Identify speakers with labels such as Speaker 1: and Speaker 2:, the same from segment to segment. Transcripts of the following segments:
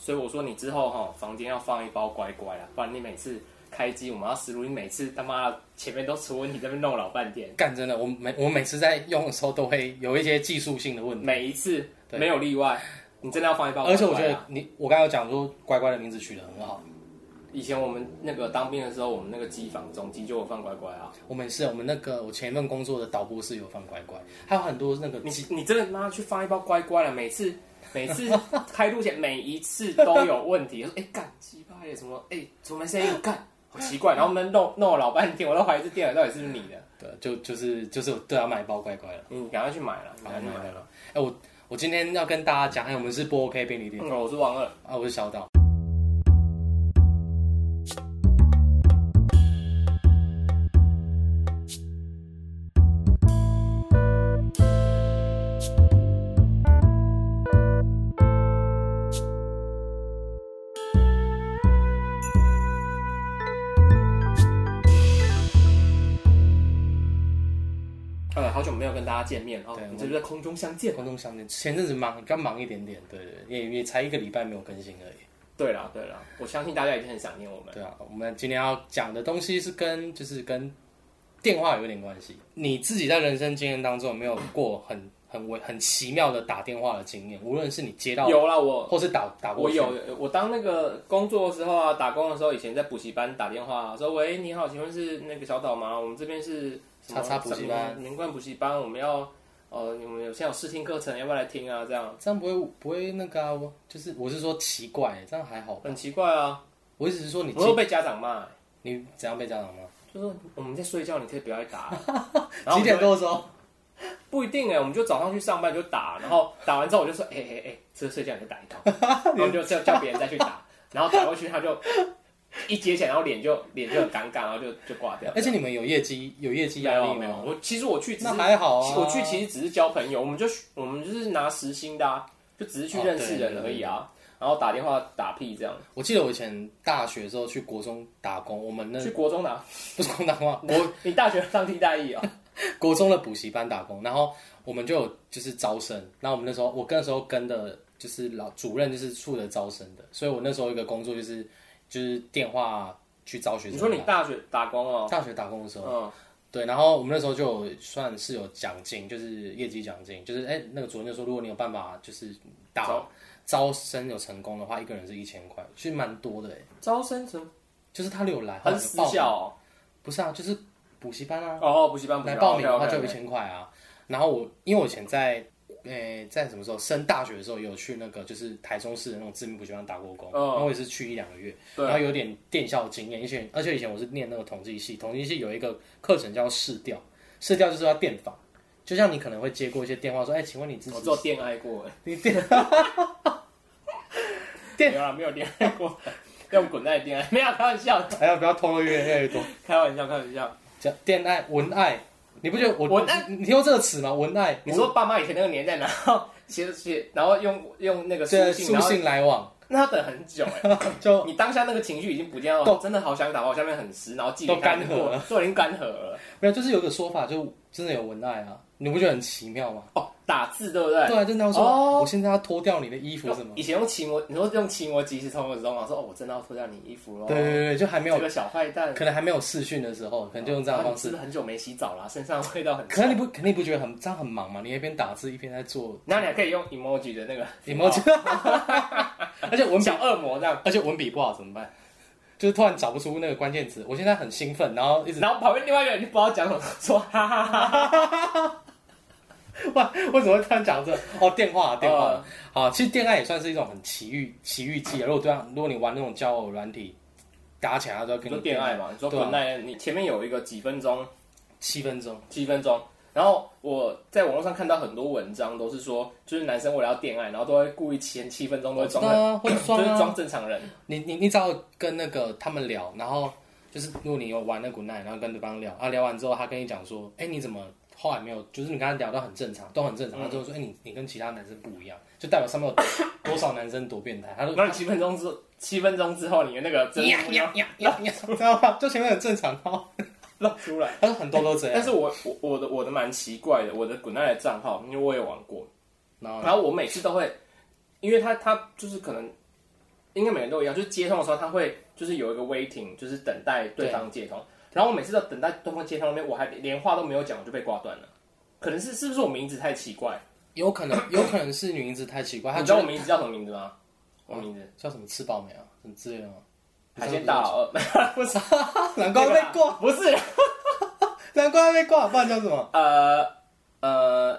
Speaker 1: 所以我说你之后哈、房间要放一包乖乖啊，不然你每次开机我们要思路，你每次他妈的前面都出问题，在那边弄老半天，
Speaker 2: 干真的，我每我每次在用的时候都会有一些技术性的问题，
Speaker 1: 每一次
Speaker 2: 对
Speaker 1: 没有例外，你真的要放一包乖乖、
Speaker 2: 而
Speaker 1: 啊。
Speaker 2: 且我觉得你我刚刚有讲说乖乖的名字取得很好，
Speaker 1: 以前我们那个当兵的时候，我们那个机房总机就有放乖乖 啊。
Speaker 2: 我们是我们那个我前一份工作的导播室有放乖乖，还有很多那个
Speaker 1: 你
Speaker 2: 机
Speaker 1: 你真的妈去放一包乖乖了，每次每次 开录前每一次都有问题，说哎干鸡巴耶什么哎、怎么没声音干好奇 怪，然后我们弄弄了老半天，我都怀疑这电脑到底是不是你的，
Speaker 2: 对，就就是就是我对他买一包乖乖了，
Speaker 1: 你赶快去买了，你
Speaker 2: 好
Speaker 1: 赶快去买
Speaker 2: 买
Speaker 1: 了。
Speaker 2: 哎我我今天要跟大家讲，哎我们是波 OK 便利店
Speaker 1: 嗯，我是王二，
Speaker 2: 啊，我是小岛。
Speaker 1: 呃，好久没有跟大家见面哦
Speaker 2: 对，
Speaker 1: 你这是在空中相见。
Speaker 2: 观众相见，前阵子忙，刚忙一点点，对对对，也也才一个礼拜没有更新而已。
Speaker 1: 对啦对啦，我相信大家已经很想念我们。
Speaker 2: 对啊，我们今天要讲的东西是跟就是跟电话有点关系。你自己在人生经验当中有没有过很很微很奇妙的打电话的经验？无论是你接到，
Speaker 1: 有啦，我
Speaker 2: 或是打打过
Speaker 1: 我
Speaker 2: 去，
Speaker 1: 有，呃我当那个工作的时候啊，打工的时候，以前在补习班打电话说：“喂，你好，请问是那个小岛吗？我们这边是什么
Speaker 2: 叉叉补习班，
Speaker 1: 什么年冠补习班，我们要呃，你们有现在有试听课程，要不要来听啊？这样
Speaker 2: 这样不会不会那个啊？我就是我是说奇怪，这样还好。
Speaker 1: 很奇怪啊，
Speaker 2: 我只是说你
Speaker 1: 我会被家长骂，
Speaker 2: 你怎样被家长吗？
Speaker 1: 就说我们在睡觉，你可以不要来 打。然后我
Speaker 2: 几
Speaker 1: 们就
Speaker 2: 点多的时候？
Speaker 1: 不一定哎、我们就早上去上班就打，然后打完之后我就说：“哎哎哎，这睡觉你就打一 通。”然后就叫叫别人再去打，然后打过去他就一接起来，然后脸就脸就很尴尬，然后就就挂掉。
Speaker 2: 而且你们有业绩有业绩哎压力
Speaker 1: 没有，没有
Speaker 2: 吗？
Speaker 1: 我其实我去只是
Speaker 2: 那还好啊。
Speaker 1: 我去其实只是交朋友，我们就我们就是拿时薪的、啊，就只是去认识人而已啊。
Speaker 2: 哦
Speaker 1: 然后打电话打屁这样，
Speaker 2: 我记得我以前大学的时候去国中打工，我们那
Speaker 1: 去国中打。
Speaker 2: 不是工打工啊，国
Speaker 1: 你大学上替代役 啊？
Speaker 2: 国中的补习班打工，然后我们就有就是招生，然后我们那时候我跟那时候跟的就是老主任就是负责招生的，所以我那时候有一个工作就是就是电话去招学生。
Speaker 1: 你说你大学打工哦？
Speaker 2: 大学打工的时候，
Speaker 1: 嗯，
Speaker 2: 对，然后我们那时候就有算是有奖金，就是业绩奖金，就是哎、那个主任就说，如果你有办法就是打
Speaker 1: 招
Speaker 2: 招生有成功的话，一个人是一千块，其实蛮多的哎、
Speaker 1: 招生什么？
Speaker 2: 就是他留来
Speaker 1: 很
Speaker 2: 私
Speaker 1: 私校
Speaker 2: 不是啊，就是补习班啊。
Speaker 1: 哦，哦，补习班补习
Speaker 2: 来
Speaker 1: 班
Speaker 2: 报名的话
Speaker 1: OK，OK，OK
Speaker 2: 就一千块啊。然后我因为我以前在诶、在什么时候升大学的时候，有去那个就是台中市的那种知名补习班打过工，
Speaker 1: 嗯
Speaker 2: 然后我也是去一两个月，
Speaker 1: 对
Speaker 2: 然后有点电校经验，而且而且以前我是念那个统计系，统计系有一个课程叫试调，试调就是要电访，就像你可能会接过一些电话说，哎、请问你自
Speaker 1: 我
Speaker 2: 己
Speaker 1: 只有恋爱过，
Speaker 2: 你电
Speaker 1: 电没有啦，没有恋爱过，用滚蛋的恋爱，没有开玩笑，
Speaker 2: 哎呀不要透露越越来越多，
Speaker 1: 开玩笑，开玩笑。
Speaker 2: 叫恋爱文爱，你不觉得我
Speaker 1: 文爱
Speaker 2: 你你听过这个词吗？文爱，
Speaker 1: 你说爸妈以前那个年代，然后写写，然后用用那个书
Speaker 2: 这
Speaker 1: 信，
Speaker 2: 书
Speaker 1: 然后
Speaker 2: 信来往
Speaker 1: 那要等很久哎。
Speaker 2: 就
Speaker 1: 你当下那个情绪已经不见了，
Speaker 2: 都
Speaker 1: 真的好想打，我下面很湿，然后记忆
Speaker 2: 都干
Speaker 1: 开始
Speaker 2: 涸
Speaker 1: 过，都已经干涸了。
Speaker 2: 没有，就是有个说法，就真的有文案啊，你不觉得很奇妙吗？
Speaker 1: 哦，打字对不对？
Speaker 2: 对啊，真的要说，
Speaker 1: 哦
Speaker 2: 我现在要脱掉你的衣服什么？
Speaker 1: 以前用骑摩，你说用骑摩即时通的时候嘛，说哦，我真的要脱掉你衣服喽。
Speaker 2: 对对对对，就还没
Speaker 1: 这
Speaker 2: 有，
Speaker 1: 个小坏蛋，
Speaker 2: 可能还没有试训的时候，可能就用这样的
Speaker 1: 然后
Speaker 2: 方
Speaker 1: 你是
Speaker 2: 式。
Speaker 1: 不是很久没洗澡啦？身上味道很。
Speaker 2: 可能你不，可能你不觉得很这样很忙吗？你一边打字一边在做
Speaker 1: 然后你还可以用 emoji 的那个 哦
Speaker 2: emoji，而且文笔，
Speaker 1: 小恶魔这样，
Speaker 2: 而且文笔不好怎么办？就是突然找不出那个关键词。我现在很兴奋，然后一直
Speaker 1: 然后旁边另外一个人就不知道讲什么，说 哈哈哈哈。
Speaker 2: 哇，为什么会突然讲这？哦，电话、啊，电话、啊。好，其实电爱也算是一种很奇遇奇遇记啊。如果对啊，如果你玩那种交友软体，打起来他都要
Speaker 1: 你
Speaker 2: 跟
Speaker 1: 说
Speaker 2: 你
Speaker 1: 恋爱嘛，你说
Speaker 2: 对啊
Speaker 1: 滚蛋，你前面有一个几分钟。
Speaker 2: 七分钟。
Speaker 1: 七分钟。然后我在网络上看到很多文章，都是说，就是男生为了要恋爱，然后都会故意前七分钟都会装的，
Speaker 2: 啊，会装
Speaker 1: 就是
Speaker 2: 啊。
Speaker 1: 装正常人。
Speaker 2: 你你你只要跟那个他们聊，然后就是如果你有玩那 Good Night，然后跟对方聊，啊聊完之后他跟你讲说，哎、你怎么后来没有？就是你跟他聊到很正常，都很正常，
Speaker 1: 嗯
Speaker 2: 他就会说，哎、你你跟其他男生不一样，就代表上面有多少男生多变态。他说
Speaker 1: 然后你七分钟之七分钟之后，你的那个 真
Speaker 2: 呀呀呀呀呀，知道吗？啊就前面很正常，然后
Speaker 1: 露出来。
Speaker 2: 他说很多都这样，
Speaker 1: 但是我我我的我的蛮奇怪的，我的滚蛋的账号，因为我也玩过，
Speaker 2: 然后
Speaker 1: 然后我每次都会，因为他他就是可能应该每个人都一样，就是接通的时候，他会就是有一个 waiting，就是等待对方接通。然后我每次都等待对方接通那边，我还连话都没有讲，我就被挂断了。可能是是不是我名字太奇
Speaker 2: 啊
Speaker 1: 怪？
Speaker 2: 有可 能，有可能是女名字太奇怪，她
Speaker 1: 你知道
Speaker 2: 叫
Speaker 1: 我名字叫什么名字吗？我名字
Speaker 2: 叫什么吃饱没啊，什么之类的吗？
Speaker 1: 海鲜大佬，呃不是 那
Speaker 2: 难怪
Speaker 1: 个
Speaker 2: 被
Speaker 1: 啦
Speaker 2: 挂，，
Speaker 1: 不是
Speaker 2: 难怪被挂，不然叫什么？
Speaker 1: 呃呃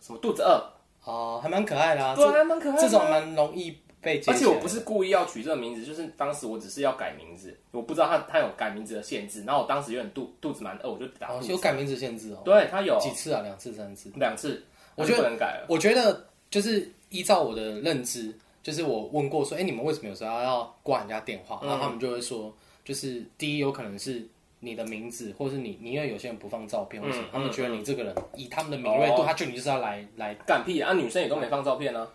Speaker 1: 什么肚子饿，
Speaker 2: 哦，还蛮可爱的啊，
Speaker 1: 对啊，
Speaker 2: 这
Speaker 1: 还蛮可爱的啊。
Speaker 2: 这种蛮容易被接起
Speaker 1: 而
Speaker 2: 来
Speaker 1: 且我不是故意要取这个名字，就是当时我只是要改名字，我不知道他他有改名字的限制，然后我当时有点肚肚子蛮饿，我就打
Speaker 2: 哦
Speaker 1: 肚子。
Speaker 2: 有改名字限制哦，
Speaker 1: 对他有
Speaker 2: 几次啊？两次、三次？
Speaker 1: 两次，
Speaker 2: 我觉得
Speaker 1: 他就不能改了。
Speaker 2: 我觉得就是依照我的认知，就是我问过说，哎、你们为什么有时候要挂人家电话？然后
Speaker 1: 嗯
Speaker 2: 他们就会说，就是第一有可能是你的名字，或是你，你因为有些人不放照片或什么，
Speaker 1: 嗯
Speaker 2: 他们觉得你这个人以他们的敏锐
Speaker 1: 哦
Speaker 2: 度，他觉得你就是要来来。
Speaker 1: 干屁啊！女生也都没放照片啊，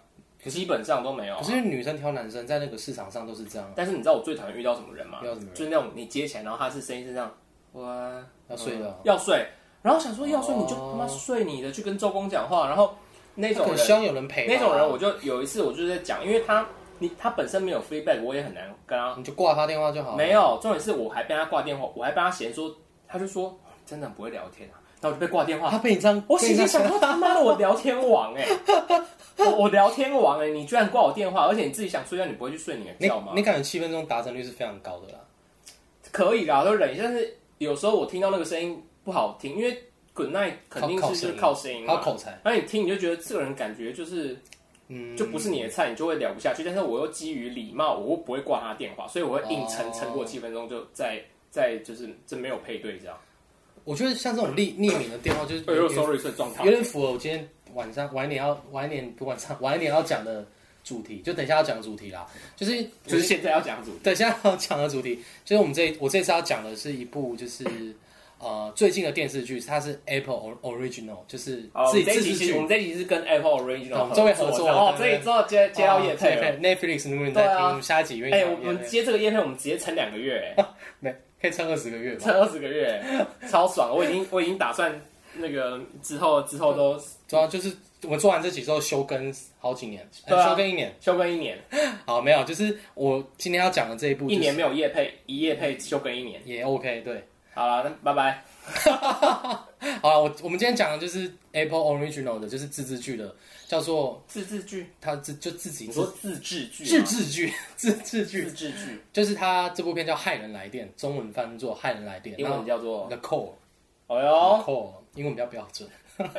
Speaker 1: 基本上都没有
Speaker 2: 可
Speaker 1: 啊。
Speaker 2: 是女生挑男生在那个市场上都是这样，
Speaker 1: 但是你知道我最讨厌遇到什么人吗？
Speaker 2: 遇到什么人
Speaker 1: 就是那种你接起来，然后他是声音是这样，我
Speaker 2: 要睡了，
Speaker 1: 要睡，然后想说要睡你就
Speaker 2: 哦
Speaker 1: 他妈睡你的，去跟周公讲话，然后那
Speaker 2: 那
Speaker 1: 种
Speaker 2: 可能
Speaker 1: 人
Speaker 2: 希望有人陪吧
Speaker 1: 那种人，我就有一次我就是在讲，因为他你他本身没有 feedback，我也很难跟他
Speaker 2: 你就挂他电话就好了。
Speaker 1: 没有，啊重点是我还被他挂电话，我还帮他嫌说，他就说哦真的很不会聊天啊，然后我就被挂电话。
Speaker 2: 他被你这样，
Speaker 1: 我
Speaker 2: 被你
Speaker 1: 心
Speaker 2: 这
Speaker 1: 里
Speaker 2: 样
Speaker 1: 想说，他妈的，我聊天王 哎、我我聊天王哎、你居然挂我电话，而且你自己想睡觉，你不会去睡你的
Speaker 2: 你
Speaker 1: 觉吗？
Speaker 2: 你感觉七分钟达成率是非常高的啦。
Speaker 1: 可以啦，都忍一下。但是有时候我听到那个声音不好听，因为 Good Night 肯定是
Speaker 2: 靠
Speaker 1: 就是靠声音
Speaker 2: 还有
Speaker 1: 嘛。
Speaker 2: 口才，
Speaker 1: 然后你听，你就觉得这个人感觉就是
Speaker 2: 嗯，
Speaker 1: 就不是你的菜，你就会聊不下去。但是我又基于礼貌，我又不会挂他电话，所以我会硬撑
Speaker 2: 哦
Speaker 1: 撑过七分钟，就再再就是这没有配对这样。我
Speaker 2: 我觉得像这种匿匿名的电话，就是
Speaker 1: 哎
Speaker 2: 有
Speaker 1: 呦
Speaker 2: 点
Speaker 1: ，sorry，是状态
Speaker 2: 有。点符合我今天晚上晚一点要晚一点不晚上晚一点要讲的主题，就等一下要讲的主题啦，就是
Speaker 1: 就是现在要讲组，
Speaker 2: 等一下要讲的主题，就是我们这我这次要讲的是一部就是呃最近的电视剧，它是 Apple Original，就是
Speaker 1: 哦，
Speaker 2: 自己
Speaker 1: 这一
Speaker 2: 自制
Speaker 1: 集其实我
Speaker 2: 剧
Speaker 1: 们。这一集是跟 Apple Original
Speaker 2: 我们终于合作了
Speaker 1: 哦，这
Speaker 2: 对哦
Speaker 1: 一之后接接到叶配了。
Speaker 2: 对对，Netflix 如果你在
Speaker 1: 对
Speaker 2: 听，
Speaker 1: 啊
Speaker 2: 我们下一集愿意
Speaker 1: 哎，
Speaker 2: 讲
Speaker 1: 我
Speaker 2: 业
Speaker 1: 们
Speaker 2: 配
Speaker 1: 接这个叶配，我们直接撑两个月， 哎
Speaker 2: 没可以撑二十个月吧？
Speaker 1: 撑二十个月，超爽！我已经我已经打算那个之后之后都
Speaker 2: 主要就是我们做完这集之后休更好几年，呃
Speaker 1: 对啊
Speaker 2: 休更一年。
Speaker 1: 休更一年，
Speaker 2: 好，没有，就是我今天要讲的这一部、就是，
Speaker 1: 一年没有叶配，一叶配休更一年。
Speaker 2: 也 OK，对。
Speaker 1: 好了，那拜拜。
Speaker 2: 好啦，我我们今天讲的就是 Apple Original 的，就是自制剧的，叫做
Speaker 1: 自制剧，
Speaker 2: 它自就自己
Speaker 1: 你说自制剧
Speaker 2: 自
Speaker 1: 吗，
Speaker 2: 制剧，自制剧
Speaker 1: 自制剧，
Speaker 2: 就是它这部片叫《骇人来电》，中文翻译作《骇人来电》，
Speaker 1: 英文叫做
Speaker 2: The Call，
Speaker 1: 哦
Speaker 2: The
Speaker 1: 哟
Speaker 2: Call，英文比较标准。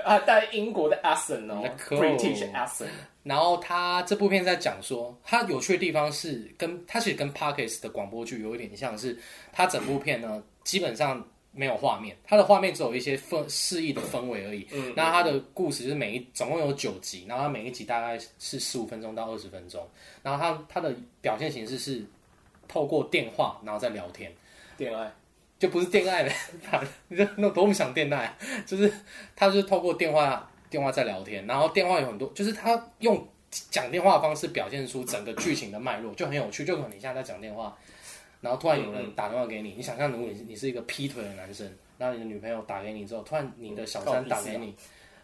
Speaker 1: 啊，带英国的 accent 哦
Speaker 2: The Call
Speaker 1: ，British accent，
Speaker 2: 然后它这部片是在讲说，它有趣的地方是跟它其实跟 Parkes 的广播剧有一点像是，它整部片呢基本上没有画面，它的画面只有一些氛示意的氛围而已。
Speaker 1: 嗯
Speaker 2: 那它的故事就是每一总共有九集，然后它每一集大概是十五分钟到二十分钟，然后它它的表现形式是透过电话然后再聊天。
Speaker 1: 恋爱，
Speaker 2: 就不是恋爱了， 你这那多么想恋爱，啊就是他就是透过电话电话在聊天，然后电话有很多，就是他用讲电话的方式表现出整个剧情的脉络，就很有趣，就可能你现在在讲电话，然后突然有人打电话给你，你想象如果你你是一个劈腿的男生，然后你的女朋友打给你之后，突然你的小三打给你，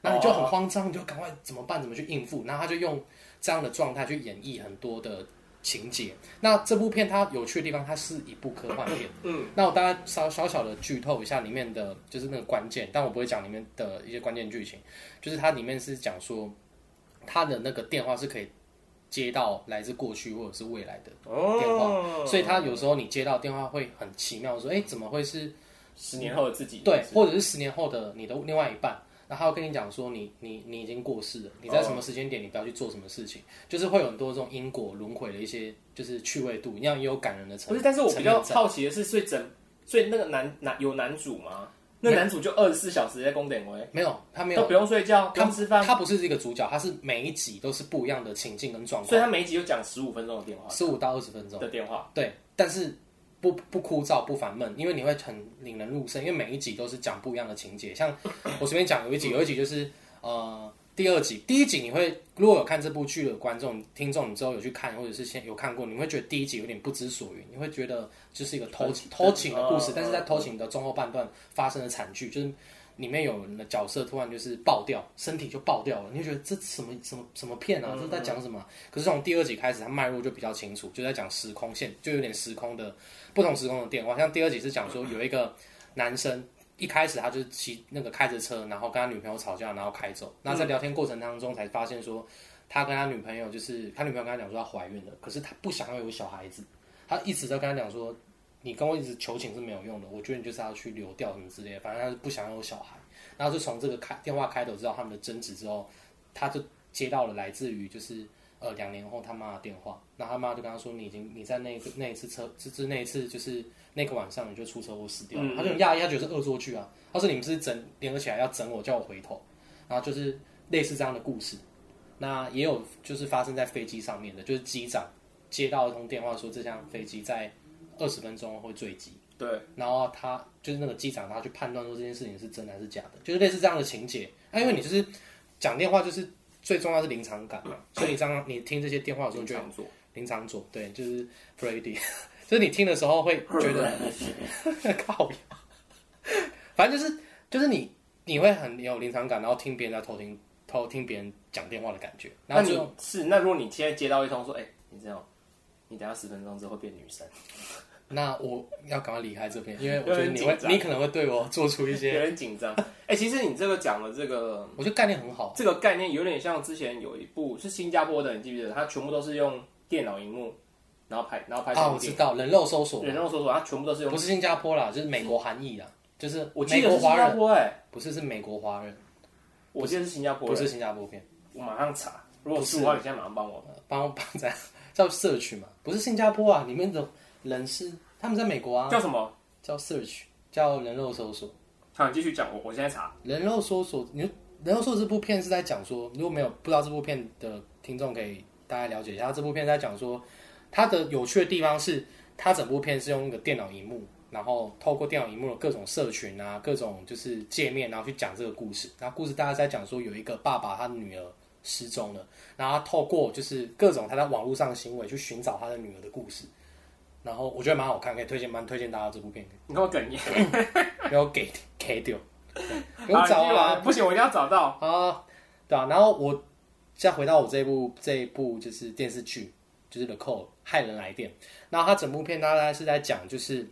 Speaker 2: 那你就
Speaker 1: 哦
Speaker 2: 很慌张，你就赶快怎么办？怎么去应付？然后他就用这样的状态去演绎很多的情节。那这部片它有趣的地方，它是一部科幻片。
Speaker 1: 嗯，
Speaker 2: 那我大概稍小小的剧透一下里面的，就是那个关键，但我不会讲里面的一些关键剧情，就是它里面是讲说，他的那个电话是可以接到来自过去或者是未来的，电
Speaker 1: 哦，
Speaker 2: 所以他有时候你接到电话会很奇妙，说，哎、怎么会是
Speaker 1: 十年后的自己，
Speaker 2: 对，或者是十年后的你的另外一半，然后他会跟你讲说你，你你已经过世了，
Speaker 1: 哦
Speaker 2: 你在什么时间点你不要去做什么事情，就是会有很多这种因果轮回的一些就是趣味度，那样也有感人的成
Speaker 1: 不是，但是我比较
Speaker 2: 层面在
Speaker 1: 好奇的是，所以整所以那个男男有男主吗？那男主就二十四小时在宫顶围，
Speaker 2: 没有他没有
Speaker 1: 都不用睡觉，不
Speaker 2: 他
Speaker 1: 用吃饭，
Speaker 2: 他不是这个主角，他是每一集都是不一样的情境跟状
Speaker 1: 所以
Speaker 2: 况，
Speaker 1: 他每一集就讲十五分钟的电话
Speaker 2: 十五到二十分钟，
Speaker 1: 的电话，
Speaker 2: 对，但是不不枯燥不烦闷，因为你会很引人入胜，因为每一集都是讲不一样的情节。像我随便讲有
Speaker 1: 嗯
Speaker 2: 一集，有一集就是呃第二集，第一集你会如果有看这部剧的观众听众，你之后有去看或者是先有看过，你会觉得第一集有点不知所云，你会觉得就是一个偷
Speaker 1: 很
Speaker 2: 偷情的故事
Speaker 1: 嗯，
Speaker 2: 但是在偷情的中后半段发生的惨剧，就是里面有人的角色突然就是爆掉，身体就爆掉了，你就觉得这什么什么什么片
Speaker 1: 嗯
Speaker 2: 啊，这是在讲什么啊、可是从第二集开始，它脉络就比较清楚，就在讲时空线，就有点时空的不同时空的变化。像第二集是讲说有一个男生。一开始他就是骑那个开着车，然后跟他女朋友吵架，然后开走。那在聊天过程当中才发现说，他跟他女朋友就是他女朋友跟他讲说她怀孕了，可是他不想要有小孩子，他一直在跟他讲说，你跟我一直求情是没有用的，我觉得你就是要去流掉什么之类的，反正他是不想要有小孩。然后就从这个开电话开头知道他们的争执之后，他就接到了来自于就是呃两年后他妈的电话，那他妈就跟他说，你已经你在那个那一次车就是那一次就是那个晚上你就出车祸死掉了，他就很讶异，他觉得是恶作剧啊，他说你们是整联合起来要整我，叫我回头，然后就是类似这样的故事。那也有就是发生在飞机上面的，就是机长接到一通电话说这架飞机在二十分钟会坠机，
Speaker 1: 对，
Speaker 2: 然后他就是那个机长，他去判断说这件事情是真还是假的，就是类似这样的情节。那、因为你就是讲电话，就是最重要是临场感
Speaker 1: 嗯
Speaker 2: 嘛，所以你这样你听这些电话的时候，
Speaker 1: 经
Speaker 2: 就
Speaker 1: 常做。
Speaker 2: 临场左对，就是 Brady，就是 你听的时候会觉得 靠呀，反正就是就是你你会很有临场感，然后听别人在偷听偷听别人讲电话的感觉，
Speaker 1: 那
Speaker 2: 然后就。
Speaker 1: 你是那如果你现在接到一通说，哎、你这样，你等下十分钟之后会变女生，
Speaker 2: 那我要赶快离开这边，因为
Speaker 1: 有
Speaker 2: 我觉得
Speaker 1: 点
Speaker 2: 你
Speaker 1: 紧
Speaker 2: 会，
Speaker 1: 张
Speaker 2: 你可能会对我做出一
Speaker 1: 有
Speaker 2: 些，
Speaker 1: 点紧 张。哎、其实你这个讲的这个
Speaker 2: 我觉得概念很好，
Speaker 1: 这个概念有点像之前有一部是新加坡的，你记不记得？它全部都是用电脑荧幕，然后拍，然后拍
Speaker 2: 啊，
Speaker 1: 成
Speaker 2: 我
Speaker 1: 一电
Speaker 2: 知道人肉搜索
Speaker 1: 影。，人肉搜索，它全部都是用。
Speaker 2: 不是新加坡啦，就是美国韩裔啦，就是
Speaker 1: 我记
Speaker 2: 美
Speaker 1: 得
Speaker 2: 国
Speaker 1: 是新
Speaker 2: 华
Speaker 1: 加
Speaker 2: 人，
Speaker 1: 坡哎、
Speaker 2: 不是是美国华人，
Speaker 1: 我记得是新加坡
Speaker 2: 不
Speaker 1: 人，
Speaker 2: 是新加坡片，
Speaker 1: 我马上查。如果是的话，你现在马上帮我。
Speaker 2: 呃帮 我帮咱叫 search 嘛，不是新加坡啊，里面的人是他们在美国啊，
Speaker 1: 叫什么？
Speaker 2: 叫 search，叫人肉搜索，
Speaker 1: 好，你继续讲。我我现在查。
Speaker 2: 啊人肉搜索，你人肉搜索这部片是在讲说，如果没有不知道这部片的听众可以大概了解一下，这部片在讲说它的有趣的地方是，它整部片是用一个电脑荧幕，然后透过电脑荧幕的各种社群啊，各种就是界面，然后去讲这个故事。那故事大概在讲说，有一个爸爸他的女儿失踪了，然后他透过就是各种他在网络上的行为去寻找他的女儿的故事。然后我觉得蛮好看，可以推荐，蛮推荐大家这部片，
Speaker 1: 你跟我哽咽。
Speaker 2: 然后给给掉，
Speaker 1: 好你
Speaker 2: 不用
Speaker 1: 继
Speaker 2: 找
Speaker 1: 续
Speaker 2: 啊
Speaker 1: 玩，不行，我一定要找到。
Speaker 2: 啊，对啊，然后我再回到我这一部这一部就是电视剧，就是《The Call》害人来电。然后它整部片大概是在讲，就是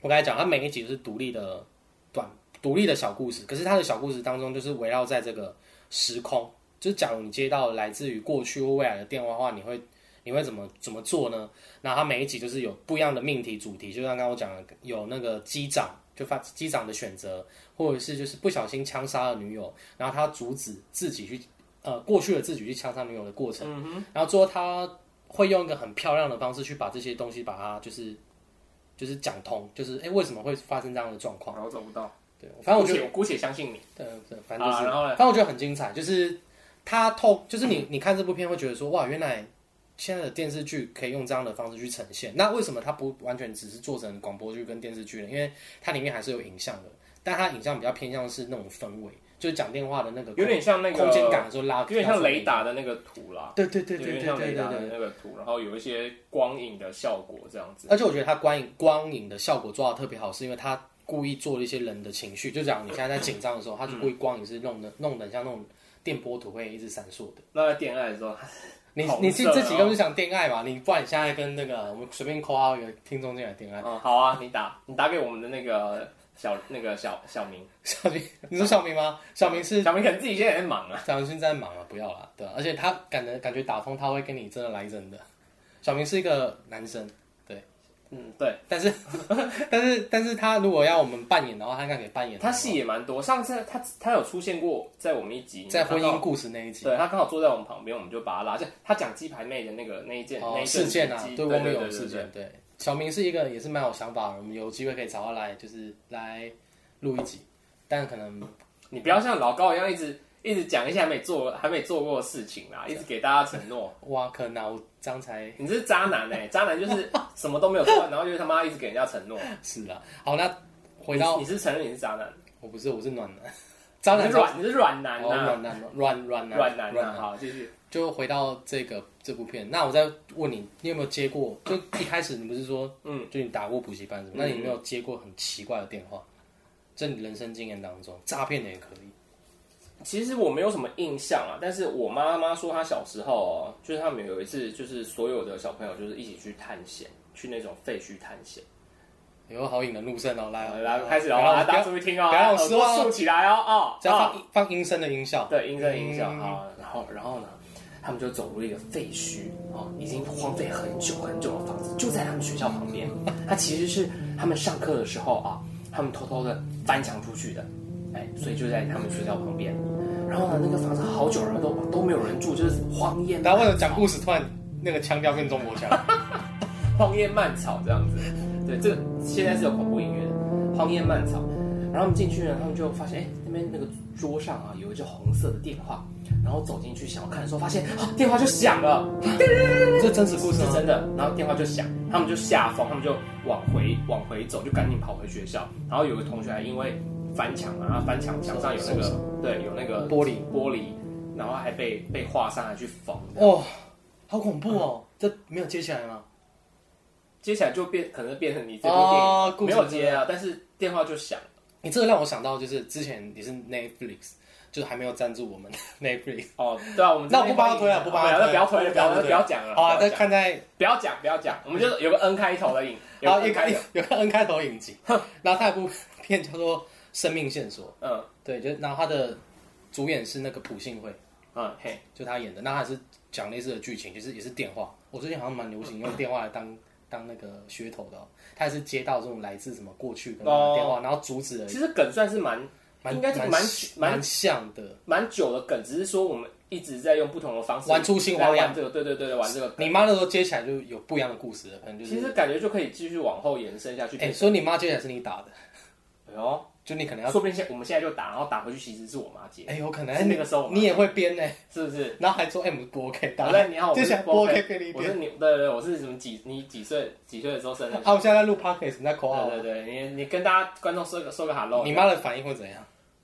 Speaker 2: 我刚才讲，它每一集就是独立的短独立的小故事，可是它的小故事当中就是围绕在这个时空，就是假如你接到来自于过去或未来的电话的话，你会。你会怎么怎么做呢？那它每一集就是有不一样的命题主题，就像刚刚我讲的，有那个机长就发机长的选择，或者是就是不小心枪杀了女友，然后他阻止自己去呃过去的自己去枪杀女友的过程，然后最后他会用一个很漂亮的方式去把这些东西把它就是就是讲通，就是哎、诶为什么会发生这样的状况？
Speaker 1: 然后找不到。
Speaker 2: 对，反正我觉得。
Speaker 1: 觉得我姑且相信你。
Speaker 2: 对对，反正就是，
Speaker 1: 啊然后
Speaker 2: 反正我觉得很精彩，就是他透，就是你你看这部片会觉得说，哇，原来现在的电视剧可以用这样的方式去呈现。那为什么它不完全只是做成广播剧跟电视剧呢？因为它里面还是有影像的，但它影像比较偏向是那种氛围，就是讲电话的那个
Speaker 1: 有点像那个
Speaker 2: 空间感的时候拉，
Speaker 1: 有点像雷达
Speaker 2: 达，
Speaker 1: 的那个图啦，
Speaker 2: 对对对对
Speaker 1: 有
Speaker 2: 对
Speaker 1: 点像
Speaker 2: 对
Speaker 1: 雷
Speaker 2: 对
Speaker 1: 达
Speaker 2: 对
Speaker 1: 的。那个图，然后有一些光影的效果这样子。
Speaker 2: 而且我觉得他光影光影的效果抓的特别好，是因为他故意做了一些人的情绪，就讲你现在在紧张的时候，他就
Speaker 1: 嗯
Speaker 2: 故意光影是弄的弄的像那种电波图会一直闪烁的。
Speaker 1: 那在恋爱的时候，
Speaker 2: 你
Speaker 1: 红色哦
Speaker 2: 你是自己根本就想恋爱嘛？你不然你现在跟那个我们随便扣啊，有听众进来恋爱，
Speaker 1: 嗯，好啊，你打你打给我们的那个小那个小小明，
Speaker 2: 小明，你说小明吗？小明是
Speaker 1: 小明可能自己现在也在忙啊。
Speaker 2: 小明现在忙啊，不要啦，对啊，而且他感觉感觉打通他会跟你真的来真的。小明是一个男生，
Speaker 1: 嗯，对，
Speaker 2: 但是但是但是他如果要我们扮演的话，他应该可以扮演
Speaker 1: 他戏也蛮多。上次他他有出现过在我们一集
Speaker 2: 在婚，
Speaker 1: 他刚
Speaker 2: 姻故事那一集
Speaker 1: 对他刚好坐在我们旁边，我们就把他拉下。他讲鸡排妹的那个那一件那
Speaker 2: 哦
Speaker 1: 一阵
Speaker 2: 事
Speaker 1: 子
Speaker 2: 件啊
Speaker 1: 鸡，对
Speaker 2: 对我们
Speaker 1: 对
Speaker 2: 有
Speaker 1: 对
Speaker 2: 事
Speaker 1: 对对
Speaker 2: 件，对小明是一个也是蛮有想法的，我们有机会可以找他来，就是来录一集，但可能
Speaker 1: 你不要像老高一样一直一直讲一些还没做还没做过的事情啦，一直给大家承诺。
Speaker 2: 挖坑啊，我这样才
Speaker 1: 你这是渣男哎、渣男就是什么都没有做，然后就是他妈一直给人家承诺。
Speaker 2: 是啊，好，那回到
Speaker 1: 你你是承认你是渣男，
Speaker 2: 我不是我是暖男，渣男
Speaker 1: 你是软你是软男
Speaker 2: 哦
Speaker 1: 呐、
Speaker 2: 软男软软男
Speaker 1: 软男啊
Speaker 2: 软
Speaker 1: 呐、好，继续。
Speaker 2: 就回到这个这部片。那我再问你，你有没有接过？就一开始你不是说，
Speaker 1: 嗯，
Speaker 2: 就你打过补习班什么？那你有没有接过很奇怪的电话？在你人生经验当中，诈骗的也可以。
Speaker 1: 其实我没有什么印象啊，但是我妈妈说她小时候哦，就是他们有一次，就是所有的小朋友就是一起去探险，去那种废墟探险。
Speaker 2: 以后哎好引人入胜哦，来哦，
Speaker 1: 来开始
Speaker 2: 不
Speaker 1: 了，大
Speaker 2: 要不
Speaker 1: 家
Speaker 2: 要
Speaker 1: 注意听哦，
Speaker 2: 不要让
Speaker 1: 耳
Speaker 2: 我失望哦
Speaker 1: 朵竖起来哦，
Speaker 2: 只
Speaker 1: 哦，
Speaker 2: 要
Speaker 1: 哦
Speaker 2: 放音放阴声的音效，
Speaker 1: 对，音乐影响
Speaker 2: 嗯
Speaker 1: 啊，然后然后呢，他们就走入一个废墟啊，已经荒废很久很久的房子，就在他们学校旁边。 它其实是他们上课的时候啊，他们偷偷的翻墙出去的，哎，所以就在他们学校旁边。然后呢，那个房子好久了都都没有人住，就是荒烟
Speaker 2: 然后为了讲故事，突然那个腔调变中国腔，
Speaker 1: 荒野蔓草这样子。对，这个现在是有恐怖音乐的，荒野蔓草。然后他们进去呢，他们就发现，哎，那边那个桌上啊有一只红色的电话，然后走进去想要看的时候，发现啊电话就响了，
Speaker 2: 这真实故事
Speaker 1: 是
Speaker 2: 吗？
Speaker 1: 真的。然后电话就响，他们就吓疯，他们就往回往回走，就赶紧跑回学校。然后有个同学还因为翻墙嘛，然后翻墙墙上有那
Speaker 2: 受
Speaker 1: 个
Speaker 2: 伤
Speaker 1: 对有那个
Speaker 2: 玻璃
Speaker 1: 玻璃，然后还被被画上来去缝。
Speaker 2: 哇，好恐怖哦！这没有接起来吗？
Speaker 1: 接下来就变可能变成你这部电影、
Speaker 2: 哦故
Speaker 1: 没
Speaker 2: 事
Speaker 1: 有接啊，但是电话就响。
Speaker 2: 你这个让我想到，就是之前也是 Netflix，就是还没有赞助我们 Netflix。
Speaker 1: 哦，对啊，我们
Speaker 2: 那我不帮他推了，不帮
Speaker 1: 了，
Speaker 2: 他
Speaker 1: 那
Speaker 2: 推
Speaker 1: 不要推了，不要
Speaker 2: 不
Speaker 1: 不要讲了，
Speaker 2: 好啊，
Speaker 1: 不要
Speaker 2: 再
Speaker 1: 讲
Speaker 2: 看在
Speaker 1: 不要讲，不要讲，我们就是有个 N 开头的影，有
Speaker 2: 然
Speaker 1: 个
Speaker 2: 后一
Speaker 1: N
Speaker 2: 开
Speaker 1: 开
Speaker 2: 有
Speaker 1: 头，
Speaker 2: 有个 N 开头影集，然后他有部片叫做《生命线索
Speaker 1: 嗯》，
Speaker 2: 对，就然后他的主演是那个朴信惠，
Speaker 1: 嗯嘿，
Speaker 2: 就他演的，那他也是讲类似的剧情，就是也是电话。我最近好像蛮流行用电话来当当那个噱头的、哦，他也是接到这种来自什么过去的
Speaker 1: 哦
Speaker 2: 电话，然后阻止了，
Speaker 1: 其实梗算是蛮
Speaker 2: 蛮
Speaker 1: 应该是
Speaker 2: 蛮
Speaker 1: 蛮蛮
Speaker 2: 蛮像的。
Speaker 1: 蛮久的梗，只是说我们一直在用不同的方式
Speaker 2: 玩出新花
Speaker 1: 来
Speaker 2: 样
Speaker 1: 玩这个，对对对对，玩这个梗，
Speaker 2: 你妈那时候接起来就有不一样的故事了，可能就是
Speaker 1: 其实感觉就可以继续往后延伸下去。
Speaker 2: 哎、所以你妈接起来是你打的，
Speaker 1: 哎呦，
Speaker 2: 就你可能要
Speaker 1: 说不定现我们现在就打，然后打回去其实是我妈接，
Speaker 2: 哎、有可能
Speaker 1: 是那个时候我
Speaker 2: 你也会编呢、
Speaker 1: 是不是？
Speaker 2: 然后还说哎、我们不 OK 打
Speaker 1: 好嘞，你好，我
Speaker 2: 接
Speaker 1: 是
Speaker 2: 起来不
Speaker 1: 波
Speaker 2: OK 给你一
Speaker 1: 我
Speaker 2: 点。
Speaker 1: 是你，对对对，我是什么几你几岁几岁的时候生的？
Speaker 2: 啊，我现在在录 podcast，你在口号
Speaker 1: 对，对对，你你跟大家观众说个说个 hello，
Speaker 2: 哦你妈的反应会怎样？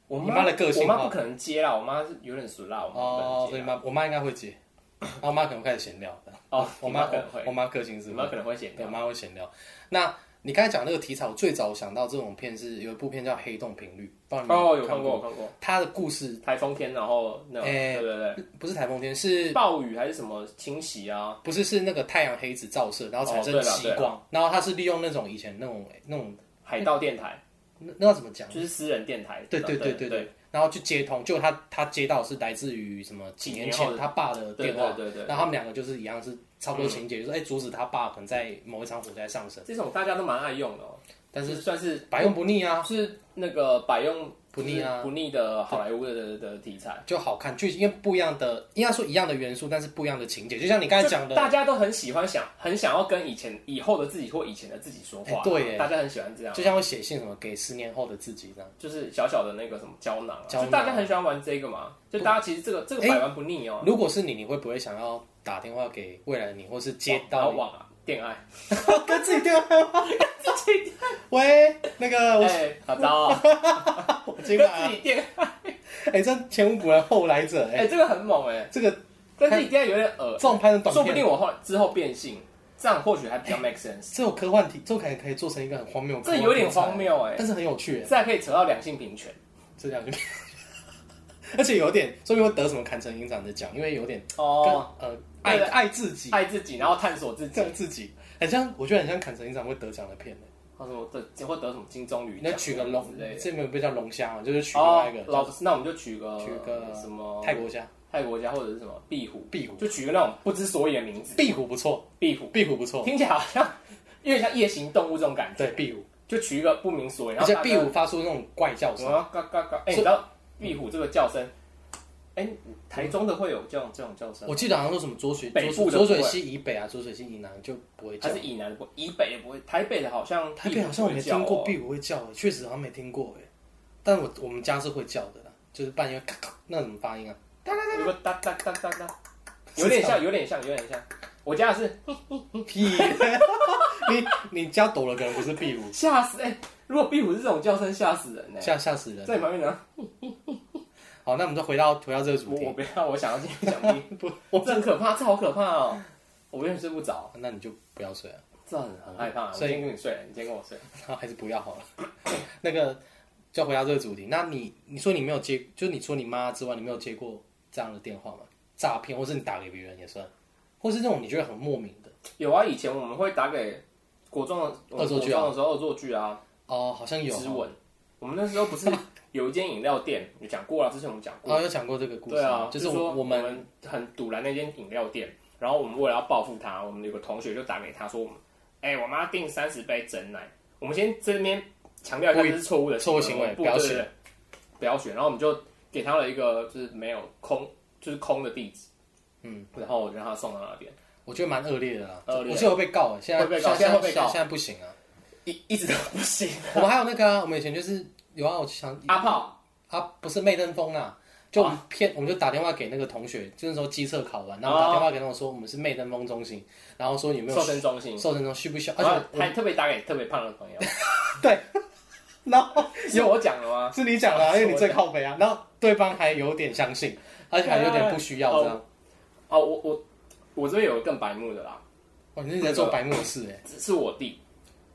Speaker 1: 我
Speaker 2: 你妈的个性
Speaker 1: 我妈
Speaker 2: 化
Speaker 1: 不可能接啦，我妈是有点俗辣，我妈
Speaker 2: 哦，
Speaker 1: 不可
Speaker 2: 所以
Speaker 1: 能接啦。
Speaker 2: 你
Speaker 1: 啊
Speaker 2: 妈，我妈应该会接，然后我妈可能开始闲聊的。
Speaker 1: 哦，
Speaker 2: 我
Speaker 1: 你妈
Speaker 2: 妈
Speaker 1: 可能会，
Speaker 2: 我妈个性是
Speaker 1: 你
Speaker 2: 会
Speaker 1: 妈，可能会写
Speaker 2: 对，
Speaker 1: 掉
Speaker 2: 我。妈会闲聊。那你刚才讲那个题材，我最早想到这种片是有一部片叫《黑洞频率》，不知道你
Speaker 1: 哦，
Speaker 2: 有
Speaker 1: 有
Speaker 2: 没看
Speaker 1: 看过，有看过。
Speaker 2: 它的故事
Speaker 1: 台风天，然后那种，
Speaker 2: 哎
Speaker 1: 对对
Speaker 2: 不是台风天，是
Speaker 1: 对，暴雨还是什么侵袭啊？
Speaker 2: 不是是那个太阳黑子照射，然后产
Speaker 1: 哦
Speaker 2: 生
Speaker 1: 对了
Speaker 2: 极
Speaker 1: 对了
Speaker 2: 光，然后它是利用那种以前那种那种
Speaker 1: 海盗电台
Speaker 2: 那那要怎么讲？
Speaker 1: 就是私人电台，
Speaker 2: 哎对
Speaker 1: 对
Speaker 2: 对对对对，然后去接通，就他他接到是来自于什么几
Speaker 1: 几
Speaker 2: 年
Speaker 1: 年后
Speaker 2: 前
Speaker 1: 的
Speaker 2: 他爸的
Speaker 1: 对
Speaker 2: 电话
Speaker 1: 对，对对。嗯
Speaker 2: 然后他们两个就是一样是差不多情节，就是哎阻止他爸可能在某一场火灾上身，
Speaker 1: 这种大家都蛮爱用的，哦，
Speaker 2: 但是
Speaker 1: 就算是
Speaker 2: 百用不腻啊，
Speaker 1: 是那个百用
Speaker 2: 不腻
Speaker 1: 就
Speaker 2: 啊
Speaker 1: 是不腻的好莱坞的的的题材。
Speaker 2: 就好看，剧情因为不一样的，应该说一样的元素，但是不一样的情节，就像你刚才讲
Speaker 1: 就
Speaker 2: 的，
Speaker 1: 大家都很喜欢想，很想要跟以前、以后的自己或以前的自己说话
Speaker 2: 哎，对耶
Speaker 1: 大家很喜欢这样。
Speaker 2: 就像会写信什么给十年后的自己这样，
Speaker 1: 就是小小的那个什么胶囊、啊，
Speaker 2: 胶囊
Speaker 1: 就大家很喜欢玩这个嘛。就大家其实这个这个
Speaker 2: 哎
Speaker 1: 百玩不腻哦、
Speaker 2: 如果是你，你会不会想要打电话给未来的你，或是接
Speaker 1: 然后
Speaker 2: 到你
Speaker 1: 网啊恋爱，
Speaker 2: 跟自己电话吗？喂，那个我
Speaker 1: 哎，好糟 啊！
Speaker 2: 我
Speaker 1: 跟
Speaker 2: 接过来
Speaker 1: 自
Speaker 2: 啊，
Speaker 1: 己恋爱，
Speaker 2: 哎，这前无古人后无来者，哎，
Speaker 1: 哎，这个很猛哎，
Speaker 2: 这个
Speaker 1: 跟自己恋爱有点恶
Speaker 2: 这种拍成短
Speaker 1: 说
Speaker 2: 哎片哎
Speaker 1: 不定我后之后变性，这样或许还比较 make sense，
Speaker 2: 这种科幻题，这种感觉可以做成一个很荒谬的科
Speaker 1: 这
Speaker 2: 幻题材，
Speaker 1: 有点荒谬哎，
Speaker 2: 但是很有趣耶，
Speaker 1: 这还可以扯到两性平权
Speaker 2: 这两句， 而且有点，说明会得什么坎城影展的奖，因为有点跟、
Speaker 1: 哦，
Speaker 2: 呃爱
Speaker 1: 对对
Speaker 2: 爱自己，
Speaker 1: 爱自己，然后探索自己
Speaker 2: 这，样自己，很像，我觉得很像坎城影展会得奖的片耶
Speaker 1: 或什么得或得什么金棕榈
Speaker 2: 那
Speaker 1: 奖
Speaker 2: 取个龙
Speaker 1: 之类，的。
Speaker 2: 这没有被叫龙虾嘛，就是取另
Speaker 1: 哦
Speaker 2: 外一个，
Speaker 1: 老哦那我们就取个
Speaker 2: 取个
Speaker 1: 什么
Speaker 2: 泰国虾、
Speaker 1: 泰国家或者是什么壁虎，
Speaker 2: 壁虎，
Speaker 1: 就取个那种不知所以的名字，
Speaker 2: 壁虎不错，
Speaker 1: 壁虎，
Speaker 2: 壁虎不错，
Speaker 1: 听起来好像 有点像夜行动物这种感觉，
Speaker 2: 哦对壁虎，
Speaker 1: 就取一个不明所以，然后
Speaker 2: 而且
Speaker 1: 大家
Speaker 2: 壁虎发出那种怪叫
Speaker 1: 什
Speaker 2: 声，
Speaker 1: 么嘎嘎嘎，哎、
Speaker 2: 所以
Speaker 1: 你知道壁虎这个叫声？哎、台中的会有这种这种叫声，
Speaker 2: 我记得好像说什么浊水
Speaker 1: 北
Speaker 2: 浊
Speaker 1: 部
Speaker 2: 水
Speaker 1: 的
Speaker 2: 浊水
Speaker 1: 不会
Speaker 2: 溪以北啊，浊水溪以南就不会
Speaker 1: 还
Speaker 2: 叫
Speaker 1: 是。以南的不会，以北也不会，台北的好像
Speaker 2: 台北好像我没
Speaker 1: 壁虎
Speaker 2: 听
Speaker 1: 会叫
Speaker 2: 过
Speaker 1: 哦
Speaker 2: 壁虎会叫、欸，确实好像没听过哎、但我我们家是会叫的啦，就是半夜咔咔，那怎么发音啊？
Speaker 1: 有个哒哒哒哒哒，有点像，有点像，有点像。我家的是
Speaker 2: 屁！你你家躲了个人不是壁虎，
Speaker 1: 吓死哎、如果壁虎是这种叫声，吓死人呢、
Speaker 2: 吓吓死人。
Speaker 1: 在你旁边呢，
Speaker 2: 好，那我们再回到回到这个主
Speaker 1: 我
Speaker 2: 题
Speaker 1: 我，不要，我想要进去 讲壁
Speaker 2: 不，
Speaker 1: 我这很可怕，这好可怕哦，我永远睡不着，
Speaker 2: 那你就不要睡了，
Speaker 1: 这很很害怕。我
Speaker 2: 所
Speaker 1: 今
Speaker 2: 以
Speaker 1: 天跟你睡了，你今天跟我睡。
Speaker 2: 还是不要好了。那个就回答这个主题，那你你说你没有接，就你说你妈之外，你没有接过这样的电话吗？诈骗，或是你打给别人也算，或是那种你觉得很莫名的
Speaker 1: 有啊，以前我们会打给国中的我
Speaker 2: 恶
Speaker 1: 们
Speaker 2: 作
Speaker 1: 国
Speaker 2: 剧
Speaker 1: 中
Speaker 2: 啊
Speaker 1: 的时候恶作剧啊，
Speaker 2: 哦，好像有
Speaker 1: 之吻。我们那时候不是有一间饮料店，有讲过了，之前我们讲过。
Speaker 2: 哦，有讲过这个故事，
Speaker 1: 对啊，
Speaker 2: 就是
Speaker 1: 说
Speaker 2: 我
Speaker 1: 我
Speaker 2: 们
Speaker 1: 们很堵拦那间饮料店，然后我们为了要报复他，我们有个同学就打给他说我们，哎、我妈订三十杯整奶。我们先这边强调一下，
Speaker 2: 故意
Speaker 1: 这是错误的
Speaker 2: 错误行
Speaker 1: 行
Speaker 2: 为
Speaker 1: 不
Speaker 2: 不要
Speaker 1: 对
Speaker 2: 选
Speaker 1: 对对不要选。然后我们就给他了一个就是没有空，就是空的地址，嗯，然后让他送到那边，
Speaker 2: 我觉得蛮恶劣的啦，
Speaker 1: 恶劣
Speaker 2: 我记得会被告欸，现在
Speaker 1: 会被告
Speaker 2: 现
Speaker 1: 现在会被告
Speaker 2: 现在不行啊。
Speaker 1: 一一直都不行。
Speaker 2: 我们还有那个啊，我们以前就是有啊，我想
Speaker 1: 阿炮，
Speaker 2: 啊，不是媚登峰啊，就我们骗，我们就打电话给那个同学，就是说机测考完，然
Speaker 1: 啊
Speaker 2: 后打电话给他们说我们是媚登峰中心，然后说你有没有
Speaker 1: 瘦身中心，
Speaker 2: 瘦身中需不需要，
Speaker 1: 然后
Speaker 2: 而 且
Speaker 1: 还特别打给特别胖的朋 友，
Speaker 2: 然后
Speaker 1: 是我讲了吗？
Speaker 2: 是你讲的啊，因为你最靠北啊，然后对方还有点相信，而且还有点不需
Speaker 1: 啊
Speaker 2: 要这样，
Speaker 1: 哦，我我我这边有个更白目的啦，
Speaker 2: 哇，你是在做白目的事哎，
Speaker 1: 是是我弟，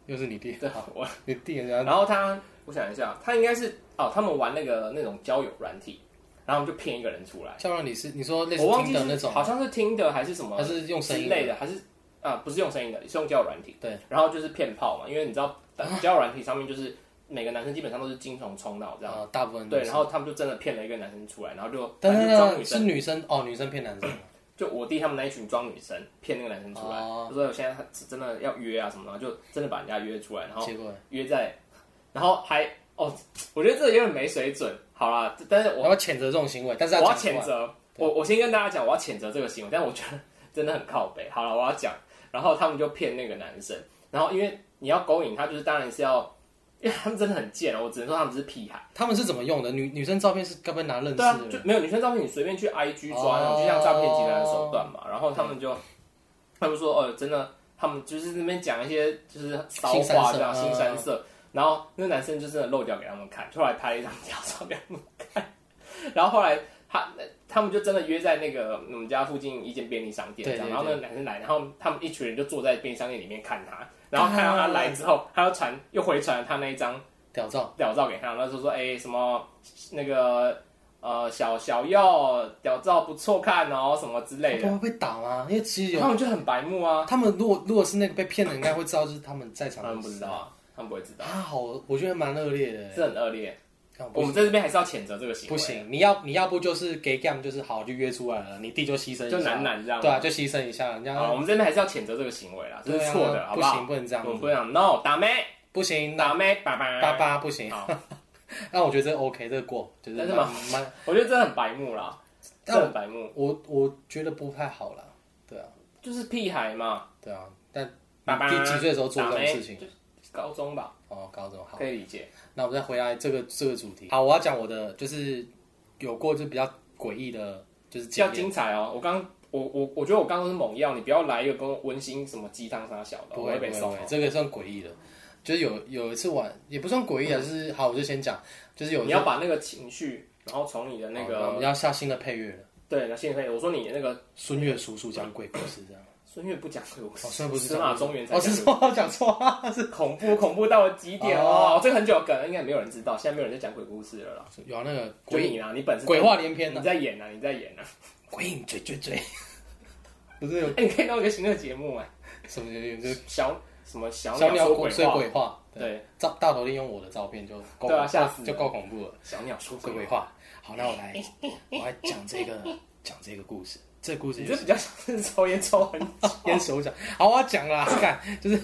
Speaker 2: 又是你弟，
Speaker 1: 对，我
Speaker 2: 你弟人家
Speaker 1: 然后他，我想一下，他应该是哦，他们玩那个那种交友软体，然后我们就骗一个人出来，
Speaker 2: 像让你是你说类似
Speaker 1: 我忘记
Speaker 2: 听的
Speaker 1: 是
Speaker 2: 那种，
Speaker 1: 好像是听的还是什么，
Speaker 2: 还是用声音
Speaker 1: 之
Speaker 2: 的
Speaker 1: 类的，还是啊、不是用声音的，是用交友软体。
Speaker 2: 对，啊
Speaker 1: 然后就是骗炮嘛，因为你知道交友软体上面就是每个男生基本上都是精虫充脑这样，
Speaker 2: 啊，大部分
Speaker 1: 对，
Speaker 2: 都是
Speaker 1: 然后他们就真的骗了一个男生出来，然后就
Speaker 2: 等
Speaker 1: 反
Speaker 2: 等
Speaker 1: 正就装女
Speaker 2: 等，
Speaker 1: 生
Speaker 2: 是女生哦，女生骗男生，
Speaker 1: 就我弟他们那一群装女生骗那个男生出来，
Speaker 2: 哦
Speaker 1: 就说我现在真的要约啊什么的，然后就真的把人家约出来，然后
Speaker 2: 结果
Speaker 1: 约在，然后还哦，我觉得这有点没水准。好啦，但是我
Speaker 2: 我要谴责这种行为，但是
Speaker 1: 我要
Speaker 2: 讲出来
Speaker 1: 谴责，我我先跟大家讲，我要谴责这个行为，但我觉得真的很靠北。好了，我要讲，然后他们就骗那个男生，然后因为你要勾引他，就是当然是要，因为他们真的很贱，啊我只能说他们是屁孩。
Speaker 2: 他们是怎么用的？女女生照片是该不会拿认识
Speaker 1: 对啊
Speaker 2: 的，
Speaker 1: 就
Speaker 2: 人？
Speaker 1: 没有女生照片，你随便去 IG 抓，
Speaker 2: 哦嗯
Speaker 1: 就像诈骗集团的手段嘛。然后他们就，他们说，哦，真的，他们就是那边讲一些就是骚
Speaker 2: 新三
Speaker 1: 话
Speaker 2: 色
Speaker 1: 这样，
Speaker 2: 嗯
Speaker 1: 新三色。然后那个男生就真的漏掉给他们看，就后来拍了一张屌照给他们看。然后后来他他们就真的约在那个我们家附近一间便利商店这
Speaker 2: 对
Speaker 1: 样，
Speaker 2: 对
Speaker 1: 然后那个男生来，然后他们一群人就坐在便利商店里面看
Speaker 2: 啊
Speaker 1: 他，然后看到他来之后，他又传又回传了他那一张
Speaker 2: 屌照，
Speaker 1: 屌照给他，那时候说哎、什么那个呃小小右屌照不错看哦什么之类的，
Speaker 2: 他们会被打吗？因为其实有
Speaker 1: 他们就很白目啊，
Speaker 2: 他们，如果如果是那个被骗的，应该会知道，就是他们在场
Speaker 1: 他
Speaker 2: 的
Speaker 1: 们不知道
Speaker 2: 事
Speaker 1: 啊，他们不会知道
Speaker 2: 啊。，他好，我觉得蛮恶劣的。
Speaker 1: 这很恶劣。
Speaker 2: 看
Speaker 1: 我
Speaker 2: 不
Speaker 1: 们在这边还是要谴责这个行为，
Speaker 2: 不，行，你要你要不就是 gay game，就是好就约出来了，你弟就牺牲一下，
Speaker 1: 就男男这样。
Speaker 2: 对啊，就牺牲一下，人家
Speaker 1: 啊，我们这边还是要谴责这个行为啦，这
Speaker 2: 对
Speaker 1: 是
Speaker 2: 啊
Speaker 1: 错的，好
Speaker 2: 不
Speaker 1: 好？嗯
Speaker 2: 行，不能这样
Speaker 1: 我们不
Speaker 2: 子，
Speaker 1: 能 no 打妹
Speaker 2: 不行，那
Speaker 1: 打妹，拜拜
Speaker 2: 八。八不行
Speaker 1: 好。
Speaker 2: 那我觉得这 OK，这个过，就是
Speaker 1: 真的
Speaker 2: 蛮
Speaker 1: 吗
Speaker 2: 蛮，
Speaker 1: 我觉得这很白目啦，这
Speaker 2: 但
Speaker 1: 很白目，
Speaker 2: 我我觉得不太好啦。对啊，
Speaker 1: 就是屁孩嘛。
Speaker 2: 对啊，但
Speaker 1: 爸爸
Speaker 2: 你第几岁的时候做这
Speaker 1: 打
Speaker 2: 种
Speaker 1: 妹
Speaker 2: 事情？
Speaker 1: 就高中吧，
Speaker 2: 哦，高中好。
Speaker 1: 可以理解。
Speaker 2: 那我们再回来这个这个主题。好，我要讲我的，就是有过就比较诡异的，就是经
Speaker 1: 要
Speaker 2: 验。
Speaker 1: 精彩哦！我刚我我我觉得我刚刚是猛药，你不要来一个跟我温馨什么鸡汤啥小的，
Speaker 2: 不
Speaker 1: 我
Speaker 2: 会
Speaker 1: 被哦
Speaker 2: 不会
Speaker 1: 烧
Speaker 2: 不会。这个算诡异的。就是有有一次玩，也不算诡异啊，就是好，我就先讲，就是有
Speaker 1: 嗯
Speaker 2: 哦
Speaker 1: 你要把那个情绪，然后从你的那
Speaker 2: 好我
Speaker 1: 个
Speaker 2: 们要下新的配乐了，
Speaker 1: 对，那现在我说你那个
Speaker 2: 孙悦叔叔讲鬼故事这样。
Speaker 1: 孙悦不讲鬼故
Speaker 2: 哦，孙悦不是
Speaker 1: 嗯司马中原才
Speaker 2: 哦，是
Speaker 1: 讲
Speaker 2: 说讲错啊。
Speaker 1: 鬼故事，恐怖恐怖到了极点哦！这个很久的梗了应该没有人知道，现在没有人在讲鬼故事了啦。
Speaker 2: 有啊那个
Speaker 1: 就
Speaker 2: 鬼
Speaker 1: 你啦，你本身
Speaker 2: 鬼话连篇
Speaker 1: 你
Speaker 2: 的
Speaker 1: 在演啊，你在演啊！
Speaker 2: 鬼影追追 追，不是有
Speaker 1: 哎，你可以弄一个新的节目哎，
Speaker 2: 什么有就是
Speaker 1: 小什么小
Speaker 2: 小
Speaker 1: 鸟
Speaker 2: 鸟
Speaker 1: 说
Speaker 2: 鬼
Speaker 1: 鬼
Speaker 2: 说
Speaker 1: 话，
Speaker 2: 鬼话，
Speaker 1: 对，
Speaker 2: 照大头利用我的照片就够
Speaker 1: 对啊吓死人
Speaker 2: 就够恐怖了。
Speaker 1: 小鸟说
Speaker 2: 鬼
Speaker 1: 鬼
Speaker 2: 鬼
Speaker 1: 话，
Speaker 2: 话。好，那我 来，我来讲这个讲这个故事。这个故事
Speaker 1: 你
Speaker 2: 就
Speaker 1: 这
Speaker 2: 是
Speaker 1: 比较像是抽烟抽很久，
Speaker 2: 先手讲。好，我要讲 啦，看，就是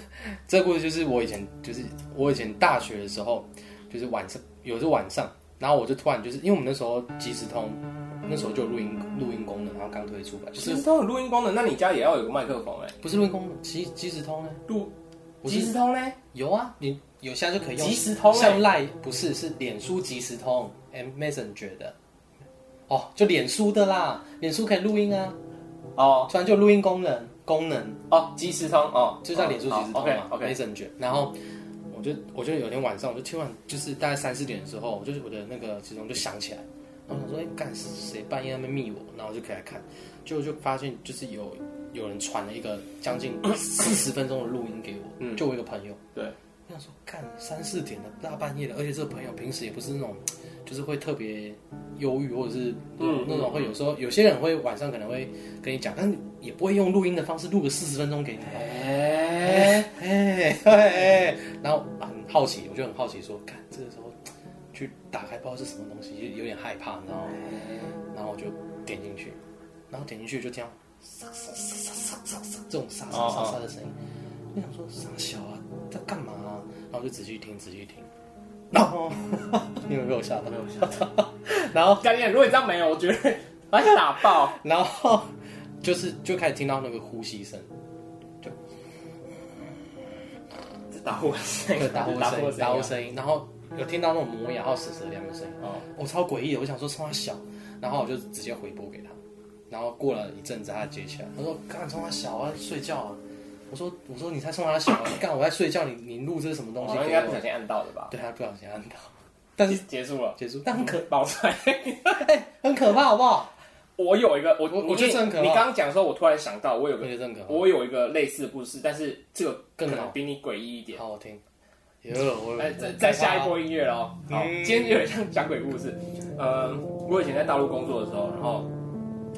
Speaker 2: 这个故事就是我以前就是我以前大学的时候，就是晚上有一次晚上，然后我就突然就是因为我们那时候即时通那时候就有录音录音功能，然后刚推出吧，就
Speaker 1: 其
Speaker 2: 是
Speaker 1: 实都有录音功能，那你家也要有个麦克风哎。
Speaker 2: 不是录音功能，即即时通呢
Speaker 1: 录
Speaker 2: 不
Speaker 1: 即
Speaker 2: 是
Speaker 1: 时通呢？
Speaker 2: 有啊，你有现在就可以用
Speaker 1: 即时通欸
Speaker 2: 像赖不是是脸书即时通 M Messenger 的。哦，就脸书的啦，脸书可以录音啊。
Speaker 1: 哦
Speaker 2: 突然就录音功能功能，
Speaker 1: 哦，即时通哦，
Speaker 2: 就在脸书即时通嘛
Speaker 1: OK
Speaker 2: 没
Speaker 1: OK，
Speaker 2: 证券。然后我就我就有一天晚上，我就突然就是大概三四点的时候，我就是我的那个时钟就响起来，然后我想说，哎、干是谁半夜在那边密我？然后我就可以来看，结果就发现就是有 有人传了一个将近四十分钟的录音给我，就我一个朋友，
Speaker 1: 嗯对，
Speaker 2: 我想说，干三四点了，大半夜了，而且这个朋友平时也不是那种，就是会特别忧郁，或者是那种
Speaker 1: 嗯
Speaker 2: 那种会有时候有些人会晚上可能会跟你讲，但是也不会用录音的方式录个四十分钟给你。啊
Speaker 1: 哎，
Speaker 2: 哎哎哎，然后很好奇，我就很好奇说，看这个时候去打开不知道是什么东西，就有点害怕，你知道吗？然后我就点进去，然后点进去就听到沙沙沙沙沙沙这种沙沙沙沙的声音，我想说傻小啊，在干嘛、啊？然后就仔细听，仔细听，然后你有没有吓到？
Speaker 1: 有吓到。
Speaker 2: 然后
Speaker 1: 概念，如果你这样没有，我觉得把你打爆。
Speaker 2: 然后就是就开始听到那个呼吸声，
Speaker 1: 这打呼声
Speaker 2: 那个打呼声，打呼
Speaker 1: 呼声。
Speaker 2: 声音，然后有听到那种磨牙还有舌舌亮的声音。
Speaker 1: 哦，
Speaker 2: 我、超诡异的，我想说冲他小，然后我就直接回拨给他，然后过了一阵子他接起来，他说干冲他小啊睡觉啊，我说我说你才冲他小、啊，干我在睡觉，你你录这是什么东西
Speaker 1: 我哦应
Speaker 2: 给
Speaker 1: 该不小
Speaker 2: 我？
Speaker 1: 心按到的吧？
Speaker 2: 对他不小心按到，但是
Speaker 1: 结束了，
Speaker 2: 结束，但很可
Speaker 1: 爆出来。
Speaker 2: 很可怕好不好？
Speaker 1: 我有一个，我
Speaker 2: 我
Speaker 1: 你
Speaker 2: 我觉得这很可怕
Speaker 1: 你刚刚讲的时候，我突然想到，我有
Speaker 2: 我
Speaker 1: 个
Speaker 2: 觉得很可怕，
Speaker 1: 我有一个类似的故事，但是这个
Speaker 2: 更
Speaker 1: 可
Speaker 2: 好
Speaker 1: 能比你诡异一点。
Speaker 2: 好好听。有我
Speaker 1: 哎，再再下一波音乐喽。好，
Speaker 2: 嗯
Speaker 1: 今天有点像讲鬼故事。呃，我以前在大陆工作的时候，然后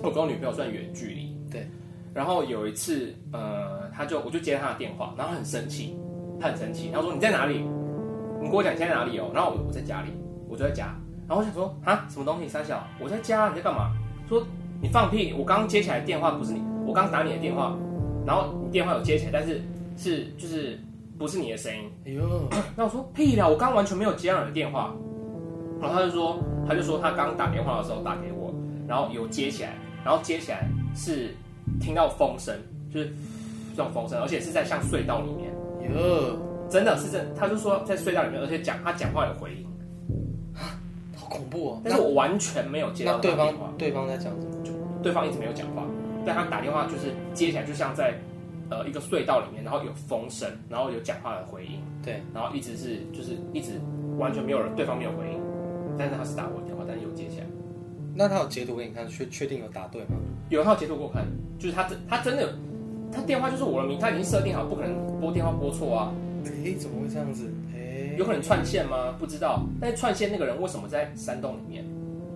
Speaker 1: 我跟我女朋友算远距离，
Speaker 2: 对。
Speaker 1: 然后有一次，呃，她就我就接她的电话，然后她很生气，她很生气，她说你在哪里？你跟我讲你现在在哪里哦？然后我我在家里，我就在家。然后我想说啊，什么东西？三小，我在家，你在干嘛？说你放屁！我刚接起来的电话不是你，我刚打你的电话，然后你电话有接起来，但是是就是不是你的声音。
Speaker 2: 哎呦，
Speaker 1: 那我说屁啦，我刚完全没有接到你的电话。然后他就说，他就说他刚打电话的时候打给我，然后有接起来，然后接起来是听到风声，就是这种风声，而且是在像隧道里面，
Speaker 2: 哟，
Speaker 1: 真的是真，他就说在隧道里面，而且讲他讲话有回音，
Speaker 2: 好恐怖哦！
Speaker 1: 但
Speaker 2: 那
Speaker 1: 是我完全没有接到
Speaker 2: 那
Speaker 1: 他的
Speaker 2: 对
Speaker 1: 电话
Speaker 2: 方，对方在讲什么？
Speaker 1: 对方一直没有讲话，但他打电话就是接起来，就像在呃一个隧道里面，然后有风声，然后有讲话的回音。
Speaker 2: 对，
Speaker 1: 然后一直是就是一直完全没有人，对方没有回应，但是他是打我的电话，但是有接起来，
Speaker 2: 那他有截图给你看，确确定有答对吗？
Speaker 1: 有人他有接触过看，就是他真他真的有他电话就是我的名，他已经设定好，不可能拨电话拨错啊，
Speaker 2: 哎，怎么会这样子？哎，
Speaker 1: 有可能串线吗？不知道，但是串线那个人为什么在山洞里面？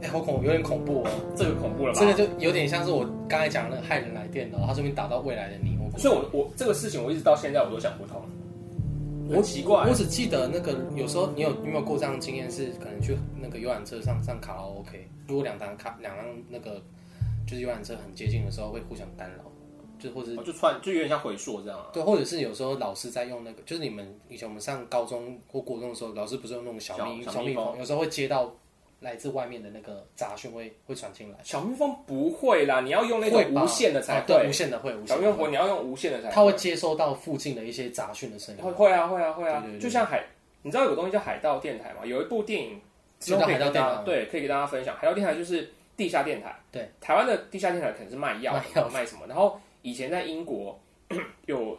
Speaker 2: 哎，好恐，有点恐怖哦。
Speaker 1: 这个恐怖了吧？
Speaker 2: 这个就有点像是我刚才讲的那个害人来电的哦，他说明打到未来的你。我
Speaker 1: 所以我我这个事情我一直到现在我都想不通，
Speaker 2: 我
Speaker 1: 很奇怪
Speaker 2: 我，只记得那个有时候你有你有没有过这样的经验是，可能去那个游览车上上卡拉 OK，如果两台卡两辆那个就是游览车很接近的时候会互相干扰，就或者
Speaker 1: 我就串就有点像回溯这样啊，
Speaker 2: 对，或者是有时候老师在用那个，就是你们以前我们上高中或国中的时候，老师不是用那种小蜜
Speaker 1: 小
Speaker 2: 小
Speaker 1: 小蜜
Speaker 2: 蜜蜂，
Speaker 1: 蜂
Speaker 2: 有时候会接到来自外面的那个杂讯会会传进来，
Speaker 1: 小蜜蜂不会啦，你要用那种
Speaker 2: 会吧
Speaker 1: 无线的才
Speaker 2: 啊对，
Speaker 1: 会
Speaker 2: 无，线的会无
Speaker 1: 小
Speaker 2: 线
Speaker 1: 蜜
Speaker 2: 的
Speaker 1: 蜂
Speaker 2: 会，
Speaker 1: 不你要用无线的才
Speaker 2: 它会接收到附近的一些杂讯的声音。
Speaker 1: 啊会会啊会啊会啊
Speaker 2: 对对，对
Speaker 1: 就像海，你知道有个东西叫海盗电台吗？有一部电影，
Speaker 2: 知道
Speaker 1: 之后可以
Speaker 2: 海盗
Speaker 1: 跟
Speaker 2: 电台
Speaker 1: 大家对，可以给大家分享。海盗电台就是地下电台，
Speaker 2: 对，
Speaker 1: 台湾的地下电台可能是卖药的
Speaker 2: 卖药
Speaker 1: 卖什么，然后以前在英国 有，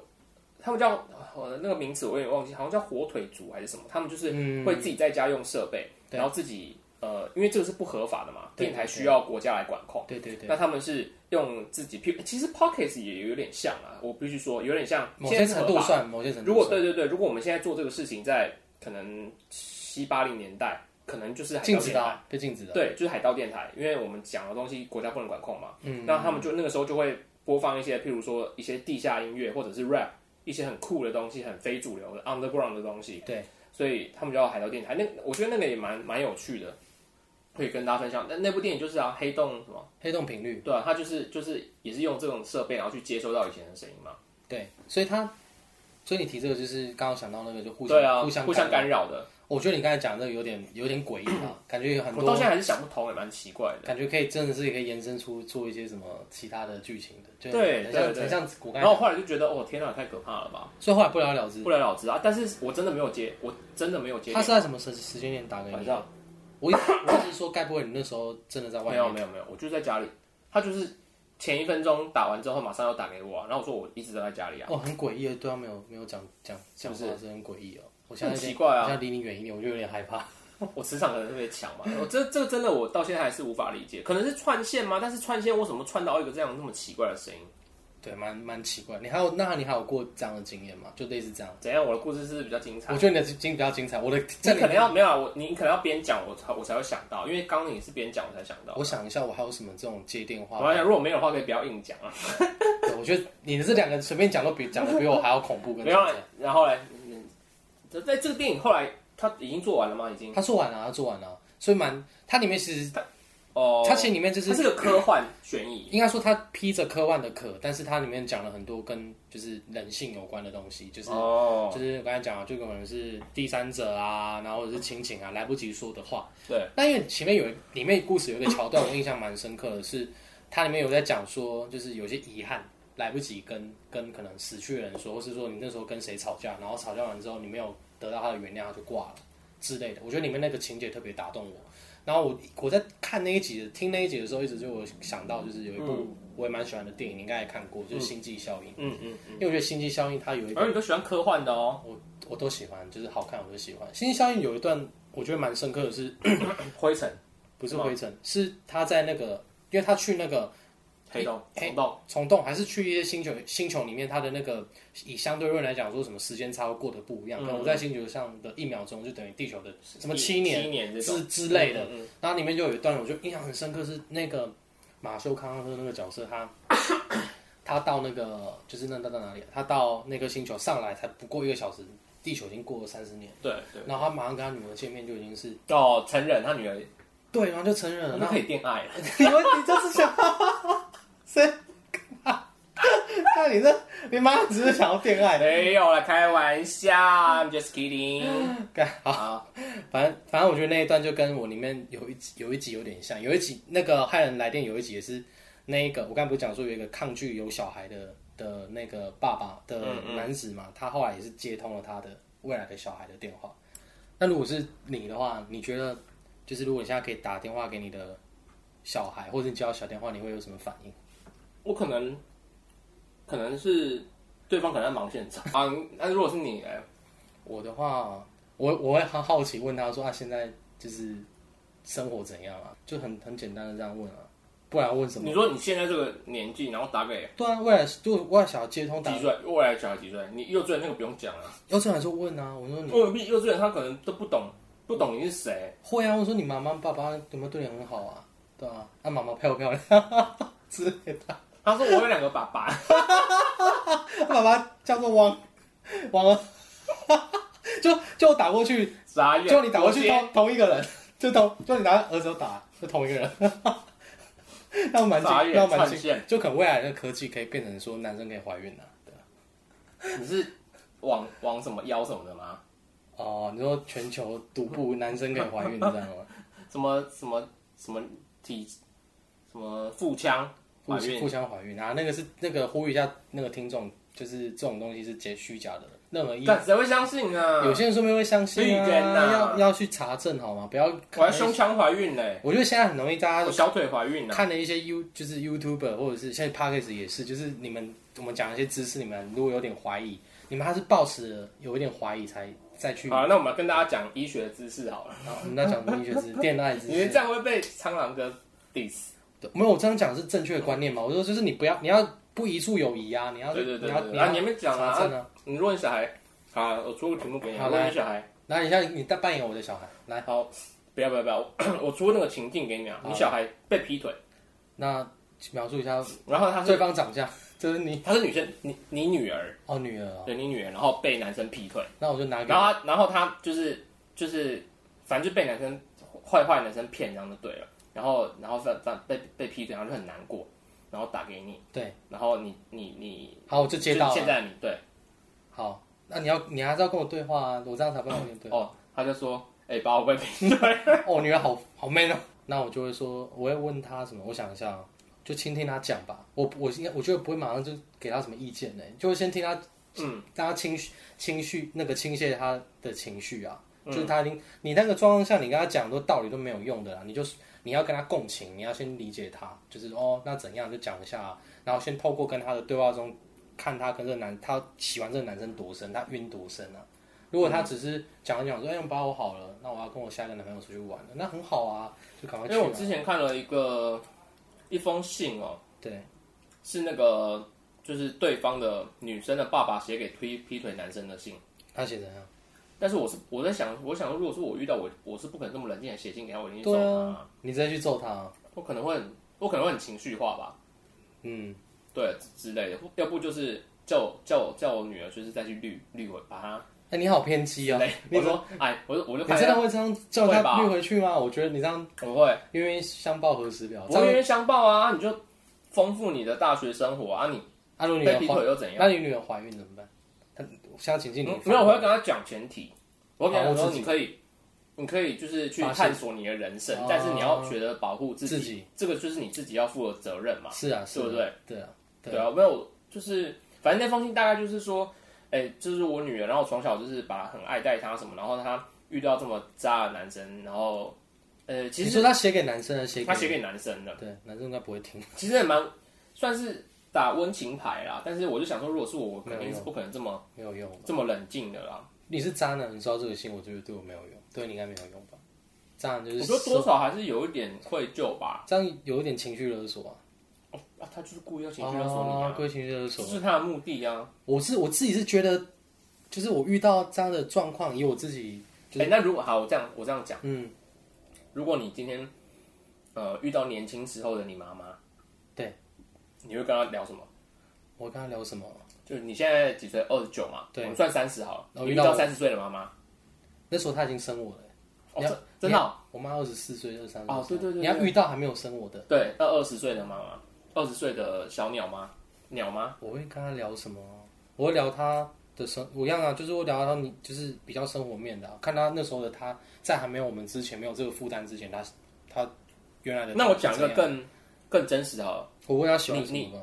Speaker 1: 他们叫呃那个名词我有点忘记，好像叫火腿族还是什么，他们就是
Speaker 2: 嗯
Speaker 1: 会自己在家用设备，
Speaker 2: 对
Speaker 1: 然后自己呃，因为这个是不合法的嘛，
Speaker 2: 对
Speaker 1: 电台
Speaker 2: 对
Speaker 1: 需要国家来管控。
Speaker 2: 对对对，
Speaker 1: 那他们是用自己，譬如其实 Pockets 也有点像啊，我必须说有点像，
Speaker 2: 某些
Speaker 1: 现在是
Speaker 2: 程
Speaker 1: 合
Speaker 2: 度
Speaker 1: 法的
Speaker 2: 算，某些程度
Speaker 1: 如果
Speaker 2: 算
Speaker 1: 对对对，如果我们现在做这个事情，在可能七八零年代，可能就是海盗
Speaker 2: 禁止
Speaker 1: 电台，
Speaker 2: 的啊，被禁止的。
Speaker 1: 对，就是海盗电台，因为我们讲的东西国家不能管控嘛，嗯，那他们就那个时候就会播放一些，譬如说一些地下音乐或者是 rap，一些很酷的东西，很非主流的 underground 的东西，
Speaker 2: 对，
Speaker 1: 所以他们叫海盗电台，那我觉得那个也蛮蛮有趣的。可以跟大家分享，那那部电影就是啊，黑洞什么？
Speaker 2: 黑洞频率，
Speaker 1: 对啊，它就是就是也是用这种设备，然后去接收到以前的声音嘛。
Speaker 2: 对，所以他，所以你提这个就是刚刚想到那个就互相
Speaker 1: 对啊，
Speaker 2: 互相
Speaker 1: 互
Speaker 2: 干
Speaker 1: 相
Speaker 2: 扰
Speaker 1: 干扰的，
Speaker 2: 我觉得你刚才讲的有点有点诡异 啊，感觉有很
Speaker 1: 我到
Speaker 2: 多
Speaker 1: 现在还是想不通，也蛮奇怪的。
Speaker 2: 感觉可以真的是可以延伸出做一些什么其他的剧情的，就
Speaker 1: 对
Speaker 2: 很像
Speaker 1: 对对
Speaker 2: 很像我
Speaker 1: 然后
Speaker 2: 刚才讲，
Speaker 1: 我后来就觉得，哦，天哪，太可怕了吧，
Speaker 2: 所以后来不了了之。
Speaker 1: 不了了之啊！但是我真的没有接，我真的没有接。
Speaker 2: 他是在什么时时间点打给
Speaker 1: 晚
Speaker 2: 你？
Speaker 1: 上
Speaker 2: 我一 我是说，该不会你那时候真的在外
Speaker 1: 没有
Speaker 2: 面？
Speaker 1: 没有没有，我就在家里。他就是前一分钟打完之后，马上要打给我啊、然后我说我一直都在家里啊，
Speaker 2: 哦，很诡异的，对他没有没有讲讲
Speaker 1: 是
Speaker 2: 讲
Speaker 1: 不
Speaker 2: 话
Speaker 1: 是
Speaker 2: 是很诡异哦。我现
Speaker 1: 很
Speaker 2: 在有
Speaker 1: 奇
Speaker 2: 点
Speaker 1: 怪
Speaker 2: 我
Speaker 1: 啊
Speaker 2: 现。在离你远一点，我就有点害怕。
Speaker 1: 我磁场可能特别强嘛，啊我这这真的我到现在还是无法理解，可能是串线吗？但是串线为什么串到一个这样那么奇怪的声音？
Speaker 2: 对，蛮蛮奇怪。你还有那你还有过这样的经验吗？就类似这样，
Speaker 1: 怎样？我的故事是比较精彩
Speaker 2: 我。觉得你的经比较精彩。我的
Speaker 1: 你
Speaker 2: 这
Speaker 1: 可能
Speaker 2: 里，
Speaker 1: 要没有啊，我你可能要边讲我才我才会想到，因为刚刚你是边讲我才想到。
Speaker 2: 我想一下，我还有什么这种接电话
Speaker 1: 我？想如果没有的话，可以不要硬讲啊。
Speaker 2: 对我觉得你的这两个随便讲都比讲的比我还要恐怖 跟
Speaker 1: 没
Speaker 2: 精
Speaker 1: 有啊
Speaker 2: 彩。，
Speaker 1: 然后嘞，嗯这在这个电影后来他已经做完了吗？已经
Speaker 2: 他做完了，他做完了，啊所以蛮它里面其实
Speaker 1: 哦，
Speaker 2: 它其实里面就
Speaker 1: 它
Speaker 2: 是
Speaker 1: 是个科幻悬疑，
Speaker 2: 应该说它披着科幻的壳，但是它里面讲了很多跟就是人性有关的东西，就是
Speaker 1: 哦，
Speaker 2: 就是我刚才讲了，就可能是第三者啊，然后或者是亲情啊，来不及说的话。
Speaker 1: 对，
Speaker 2: 那因为前面有一里面故事有一个桥段，我印象蛮深刻的是，它里面有在讲说，就是有些遗憾来不及跟跟可能死去的人说，或是说你那时候跟谁吵架，然后吵架完之后你没有得到他的原谅，他就挂了之类的。我觉得里面那个情节特别打动我。然后我我在看那一集、听那一集的时候，一直就我想到就是有一部我也蛮喜欢的电影，你应该也看过，就是《星际效应》。
Speaker 1: 嗯哎嗯，
Speaker 2: 因为我觉得《星际效应》它有一个
Speaker 1: 而你都喜欢科幻的 哦，
Speaker 2: 我我都喜欢，就是好看我都喜欢。《星际效应》有一段我觉得蛮深刻的是，
Speaker 1: 灰尘、
Speaker 2: 不是灰尘，是他在那个，因为他去那个
Speaker 1: 黑洞、
Speaker 2: 黑
Speaker 1: 虫洞，
Speaker 2: 虫洞，还是去一些星球星球里面，他的那个以相对论来讲，说什么时间差会过得不一样。
Speaker 1: 嗯
Speaker 2: 可能我在星球上的一秒钟就等于地球的什么七年
Speaker 1: 七年这种
Speaker 2: 之之类的。
Speaker 1: 嗯
Speaker 2: 然后里面就有一段我就印象很深刻，是那个马修康康的那个角色，他 他到那个就是那到到哪里啊？他到那个星球上来才不过一个小时，地球已经过了三十年。
Speaker 1: 嗯对对。
Speaker 2: 然后他马上跟他女儿见面就已经是
Speaker 1: 哦，成人他女儿
Speaker 2: 对，然后就承认
Speaker 1: 他
Speaker 2: 了。然
Speaker 1: 们
Speaker 2: 后
Speaker 1: 可以恋爱了，
Speaker 2: 你们你这是想谁？ 看你这，你妈只是想要恋爱。
Speaker 1: 没有了，开玩笑，I'm just kidding。
Speaker 2: 干好，
Speaker 1: 好，
Speaker 2: 反正反正我觉得那一段就跟我里面有一集有一集有点像，有一集那个害人来电有一集也是那一个，我刚才不是讲说有一个抗拒有小孩的的那个爸爸的男子嘛，他后来也是接通了他的未来的小孩的电话。那如果是你的话，你觉得就是如果你现在可以打电话给你的小孩，或者你接到小电话，你会有什么反应？
Speaker 1: 我可能可能是对方可能在忙现场啊，那如果是你，哎
Speaker 2: 我的话，我我会很好奇问他说啊，现在就是生活怎样啊？就很很简单的这样问啊，不然问什么？
Speaker 1: 你说你现在这个年纪，然后打给
Speaker 2: 对啊，未来就未来小孩接通打
Speaker 1: 几，岁？未来小孩几岁？你幼稚园那个不用讲了，
Speaker 2: 幼稚园就问啊，我说你
Speaker 1: 我幼稚园他可能都不懂，不懂你是谁，
Speaker 2: 会啊，我说你妈妈爸爸有没有对你很好啊？对啊，啊妈妈漂不漂亮 之类的，
Speaker 1: 他说我有两个爸爸，
Speaker 2: 啊爸爸叫做汪汪啊， 就就打过去，
Speaker 1: 傻眼，
Speaker 2: 就你打过去
Speaker 1: 我接
Speaker 2: 同同一个人，就同就你拿儿子打，就同一个人， 那我蛮
Speaker 1: 傻
Speaker 2: 惊，
Speaker 1: 眼
Speaker 2: 那我蛮
Speaker 1: 串
Speaker 2: 惊
Speaker 1: 线，
Speaker 2: 就可能未来的科技可以变成说男生可以怀孕啊，对啊
Speaker 1: 你是往往什么腰什么的吗？
Speaker 2: 哦，你说全球独步 男生可以怀孕，你知道吗？
Speaker 1: 什么什么什么体什么腹腔
Speaker 2: 互
Speaker 1: 怀孕
Speaker 2: 互相怀孕啊，那个是那个呼吁一下那个听众，就是这种东西是结虚假的，任何意义。
Speaker 1: 但谁会相信啊？
Speaker 2: 有些人说不定会相信啊，
Speaker 1: 绿人啊
Speaker 2: 要要去查证好吗？不要哎
Speaker 1: 我还胸腔怀孕呢、啊
Speaker 2: 我觉得现在很容易大家
Speaker 1: 我小腿怀孕呢、
Speaker 2: 看了一些 You 就是 YouTuber 或者是现在 Podcast 也是，就是你们我们讲一些知识，你们如果有点怀疑，你们还是抱持有一点怀疑才再去。
Speaker 1: 好，那我们跟大家讲医学知识好了，
Speaker 2: 然后我们在讲什么医学知识、恋爱 知
Speaker 1: 你们
Speaker 2: 识
Speaker 1: 这，样会被苍狼哥 diss。
Speaker 2: 对没有我这样讲是正确的观念嘛？我说就是你不要，你要不遗注有疑啊，你要
Speaker 1: 对对对
Speaker 2: 你要
Speaker 1: 对
Speaker 2: 你
Speaker 1: 啊
Speaker 2: 要
Speaker 1: 你还没讲啊
Speaker 2: 查证啊。
Speaker 1: 你问小孩，好，我出个题目给你，
Speaker 2: 好
Speaker 1: 我问你小孩，
Speaker 2: 来，你像你在扮演我的小孩，来，
Speaker 1: 好，不要不要不要，我 我出那个情境给你啊，
Speaker 2: 好
Speaker 1: 你小孩被劈腿，
Speaker 2: 那描述一下
Speaker 1: 然后他
Speaker 2: 对
Speaker 1: 是
Speaker 2: 方长相， 这是你
Speaker 1: 他是女生，你你女儿，
Speaker 2: 哦女儿哦，
Speaker 1: 对你女儿，然后被男生劈腿。
Speaker 2: 那我就拿给
Speaker 1: 然后他，然后他就是就是，反正就被男生坏坏男生骗，这样就对了。然后，然后反反被被劈腿，然后就很难过，然后打给你，
Speaker 2: 对，
Speaker 1: 然后你你你
Speaker 2: 好我就接到
Speaker 1: 就是现
Speaker 2: 了，
Speaker 1: 在你对
Speaker 2: 好，那你要你还是要跟我对话啊，我这样才不会有点对。
Speaker 1: 哦，他就说，哎、把我被劈腿，
Speaker 2: 哦，女儿好好 man 哦。那我就会说，我会问她什么？我想一下哦，就倾听她讲吧。我我应该我觉得不会马上就给她什么意见呢，就会先听她，
Speaker 1: 嗯，
Speaker 2: 让她情绪情绪那个倾泻她的情绪啊。
Speaker 1: 嗯
Speaker 2: 就是她已经你那个状况下，你跟她讲很多道理都没有用的啦。你就是你要跟她共情，你要先理解她，就是哦，那怎样就讲一下啊、然后先透过跟她的对话中，看她跟这个男，她喜欢这个男生多深，她晕多深啊。如
Speaker 1: 嗯
Speaker 2: 果她只是讲一讲说，哎、你把我好了，那我要跟我下一个男朋友出去玩了，那很好啊，就赶快
Speaker 1: 因
Speaker 2: 去、
Speaker 1: 为
Speaker 2: 啊。
Speaker 1: 我之前看了一个一封信哦，
Speaker 2: 对，
Speaker 1: 是那个就是对方的女生的爸爸写给劈劈腿男生的信，
Speaker 2: 他写怎样？
Speaker 1: 但是我是我在想，我想说如果是我遇到我，我是不可能这么冷静的写信给他，我一定揍
Speaker 2: 对
Speaker 1: 他、
Speaker 2: 啊，你直接去揍他啊、
Speaker 1: 我可能会很我可能会很情绪化吧，
Speaker 2: 嗯，
Speaker 1: 对之类的，要不就是叫我叫我叫我女儿就是再去绿绿回，把她
Speaker 2: 哎、你好偏激啊、
Speaker 1: 对，
Speaker 2: 你
Speaker 1: 我说哎，我就我就
Speaker 2: 你真的会这样叫
Speaker 1: 会吧
Speaker 2: 他绿回去吗？我觉得你这样
Speaker 1: 我会。
Speaker 2: 冤冤相报何时了？这
Speaker 1: 我
Speaker 2: 样
Speaker 1: 冤冤相报啊，你就丰富你的大学生活啊，你
Speaker 2: 阿如女
Speaker 1: 被
Speaker 2: 儿
Speaker 1: 劈
Speaker 2: 怀，
Speaker 1: 腿又怎样？
Speaker 2: 那你女儿怀孕怎么办？她相请进你
Speaker 1: 嗯
Speaker 2: 房间、
Speaker 1: 没有，我会跟他讲前提，我会跟
Speaker 2: 保
Speaker 1: 他
Speaker 2: 护
Speaker 1: 说
Speaker 2: 自己
Speaker 1: 你可以，你可以就是去
Speaker 2: 发现
Speaker 1: 探索你的人生
Speaker 2: 哦，
Speaker 1: 但是你要学着保护自
Speaker 2: 自
Speaker 1: 己，
Speaker 2: 己
Speaker 1: 这个就是你自己要负的责任嘛，
Speaker 2: 是啊，是啊
Speaker 1: 对不对？
Speaker 2: 对啊，对
Speaker 1: 对啊，没有，就是反正那封信大概就是说，哎，就是我女儿，然后从小就是把很爱戴她什么，然后她遇到这么渣的男生，然后呃，其
Speaker 2: 你
Speaker 1: 实
Speaker 2: 说他写给男生的，写给
Speaker 1: 他写给男生的。
Speaker 2: 对男生应该不会听，
Speaker 1: 其实也蛮算是打温情牌啦，但是我就想说，如果是我，我肯定是不可能这么
Speaker 2: 没有用。
Speaker 1: 这么冷静的啦。
Speaker 2: 你是渣男，你知道这个信，我觉得对我没有用，对你应该没有用吧？渣男就是
Speaker 1: 我觉得多少还是有一点愧疚吧。
Speaker 2: 这样有一点情绪勒索啊，
Speaker 1: 哦啊，他就是故意要情绪勒索你
Speaker 2: 啊，
Speaker 1: 啊，
Speaker 2: 归情绪勒
Speaker 1: 这
Speaker 2: 索。
Speaker 1: 是他的目的啊。
Speaker 2: 我是我自己是觉得，就是我遇到这样的状况，以我自己就
Speaker 1: 哎、那如果好，我这样我这样讲，
Speaker 2: 嗯，
Speaker 1: 如果你今天呃遇到年轻时候的你妈妈，
Speaker 2: 对，
Speaker 1: 你会跟她聊什么？
Speaker 2: 我跟他聊什么？
Speaker 1: 就是你现在几岁？二十九嘛，
Speaker 2: 对
Speaker 1: 我们算三十好了。
Speaker 2: 然后
Speaker 1: 你
Speaker 2: 遇
Speaker 1: 遇
Speaker 2: 到
Speaker 1: 到三十岁的妈妈，
Speaker 2: 那时候他已经生我了，
Speaker 1: 哦，
Speaker 2: 你要
Speaker 1: 真真的哦、
Speaker 2: 我妈二十四岁、二十三岁。
Speaker 1: 哦对对对对
Speaker 2: 你要遇到还没有生我的，
Speaker 1: 对，那二十岁的妈妈，二十岁的小鸟妈，鸟妈。
Speaker 2: 我会跟他聊什么？我会聊他的生，我一样啊，就是我聊到你，就是比较生活面的啊、看他那时候的他，在还没有我们之前，没有这个负担之前，他他原来的
Speaker 1: 那我讲一
Speaker 2: 一
Speaker 1: 个，更更真实的好了，
Speaker 2: 我问他喜欢什么吧。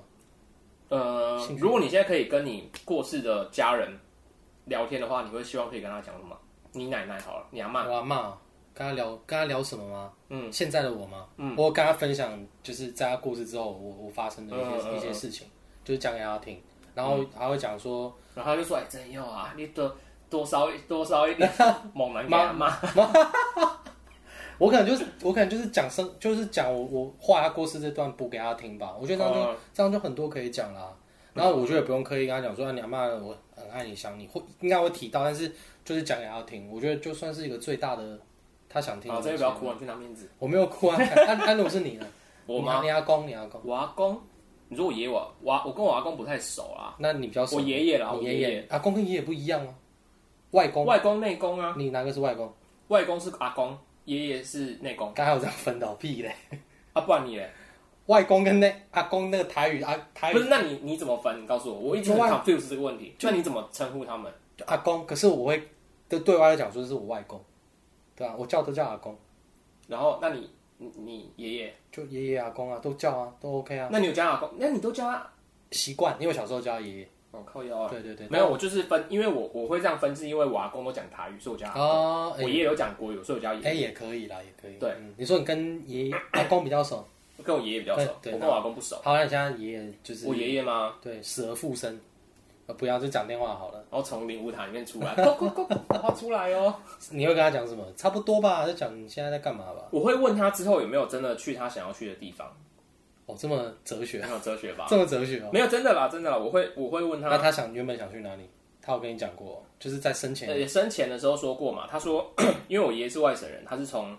Speaker 1: 呃
Speaker 2: 兴，趣
Speaker 1: 如果你现在可以跟你过世的家人聊天的话，你会希望可以跟他讲什么？你奶奶好了，你阿妈，
Speaker 2: 我阿妈跟他聊，跟他聊什么吗？
Speaker 1: 嗯，
Speaker 2: 现在的我吗？嗯，我有跟他分享，就是在他过世之后，我我发生的一些、
Speaker 1: 嗯嗯嗯嗯
Speaker 2: 一些事情，就是讲给他听，然后还会讲说，
Speaker 1: 然后他就说：“哎、真有啊，你多多烧一多烧 一点猛男给阿妈。
Speaker 2: 我可能就是我可能就是讲生，就是讲我我画他过世这段补给他听吧。我觉得这样就、
Speaker 1: 哦
Speaker 2: 这样就很多可以讲啦。然后我觉得也不用刻意跟他讲说啊你阿妈我很爱你想你，会应该会提到，但是就是讲给他听。我觉得就算是一个最大的他想听
Speaker 1: 好，
Speaker 2: 的。
Speaker 1: 这边不要哭，啊，你去拿面子。
Speaker 2: 我没有哭啊，安安鲁是你的，
Speaker 1: 我
Speaker 2: 你阿
Speaker 1: 妈，
Speaker 2: 你阿公你阿公，
Speaker 1: 我阿公，你说我爷爷，我我阿我跟我阿公不太熟啊啦，
Speaker 2: 那你比较熟
Speaker 1: 我爷爷啦，我
Speaker 2: 你
Speaker 1: 爷
Speaker 2: 爷
Speaker 1: 爷，
Speaker 2: 爷阿公跟爷爷不一样啊，外公
Speaker 1: 外公内公啊，
Speaker 2: 你哪个是外公？
Speaker 1: 外公是阿公，爷爷是内公
Speaker 2: 刚才有这样分的哦屁嘞，
Speaker 1: 啊，不然你嘞？
Speaker 2: 外公跟那阿公那个台语阿台语
Speaker 1: 不是，那你你怎么分？你告诉我，我一直很
Speaker 2: 就外
Speaker 1: confuse 这个问题。那你怎么称呼他们？
Speaker 2: 就阿公，可是我会对对外来讲说是我外公，对啊，我叫都叫阿公，
Speaker 1: 然后，那你你你爷爷，
Speaker 2: 就爷爷阿公啊，都叫啊，都 OK 啊，
Speaker 1: 那你有叫阿公？那你都叫他？
Speaker 2: 习惯，因为我小时候叫爷爷，
Speaker 1: 哦，靠腰啊！
Speaker 2: 对对对，
Speaker 1: 没有，我就是分，因为我我会这样分，是因为我阿公都讲台语，所以我叫阿公；
Speaker 2: 啊，
Speaker 1: 我
Speaker 2: 哎
Speaker 1: 爷爷有讲国语，所以我叫爷
Speaker 2: 哎
Speaker 1: 爷。
Speaker 2: 也可以啦，也可以，
Speaker 1: 对
Speaker 2: 嗯，你说你跟 爷爷阿公比较熟，
Speaker 1: 跟我爷爷比较熟，
Speaker 2: 对对
Speaker 1: 我跟我阿公不熟。
Speaker 2: 好，那你现在爷爷就是
Speaker 1: 我爷爷吗？
Speaker 2: 对死而复生，呃，不要就讲电话好了，
Speaker 1: 然后从灵舞塔里面出 来，咕咕咕咕，他出来哦。
Speaker 2: 你会跟他讲什么？差不多吧，就讲你现在在干嘛吧，
Speaker 1: 我会问他之后有没有真的去他想要去的地方，
Speaker 2: 哦，这么哲学，
Speaker 1: 很有哲学吧？
Speaker 2: 这么哲学哦，
Speaker 1: 没有，真的啦，真的啦，我会我会问他
Speaker 2: 那他想原本想去哪里？他有跟你讲过，哦就是在生前，
Speaker 1: 呃，生前的时候说过嘛，他说，因为我爷爷是外省人，他是从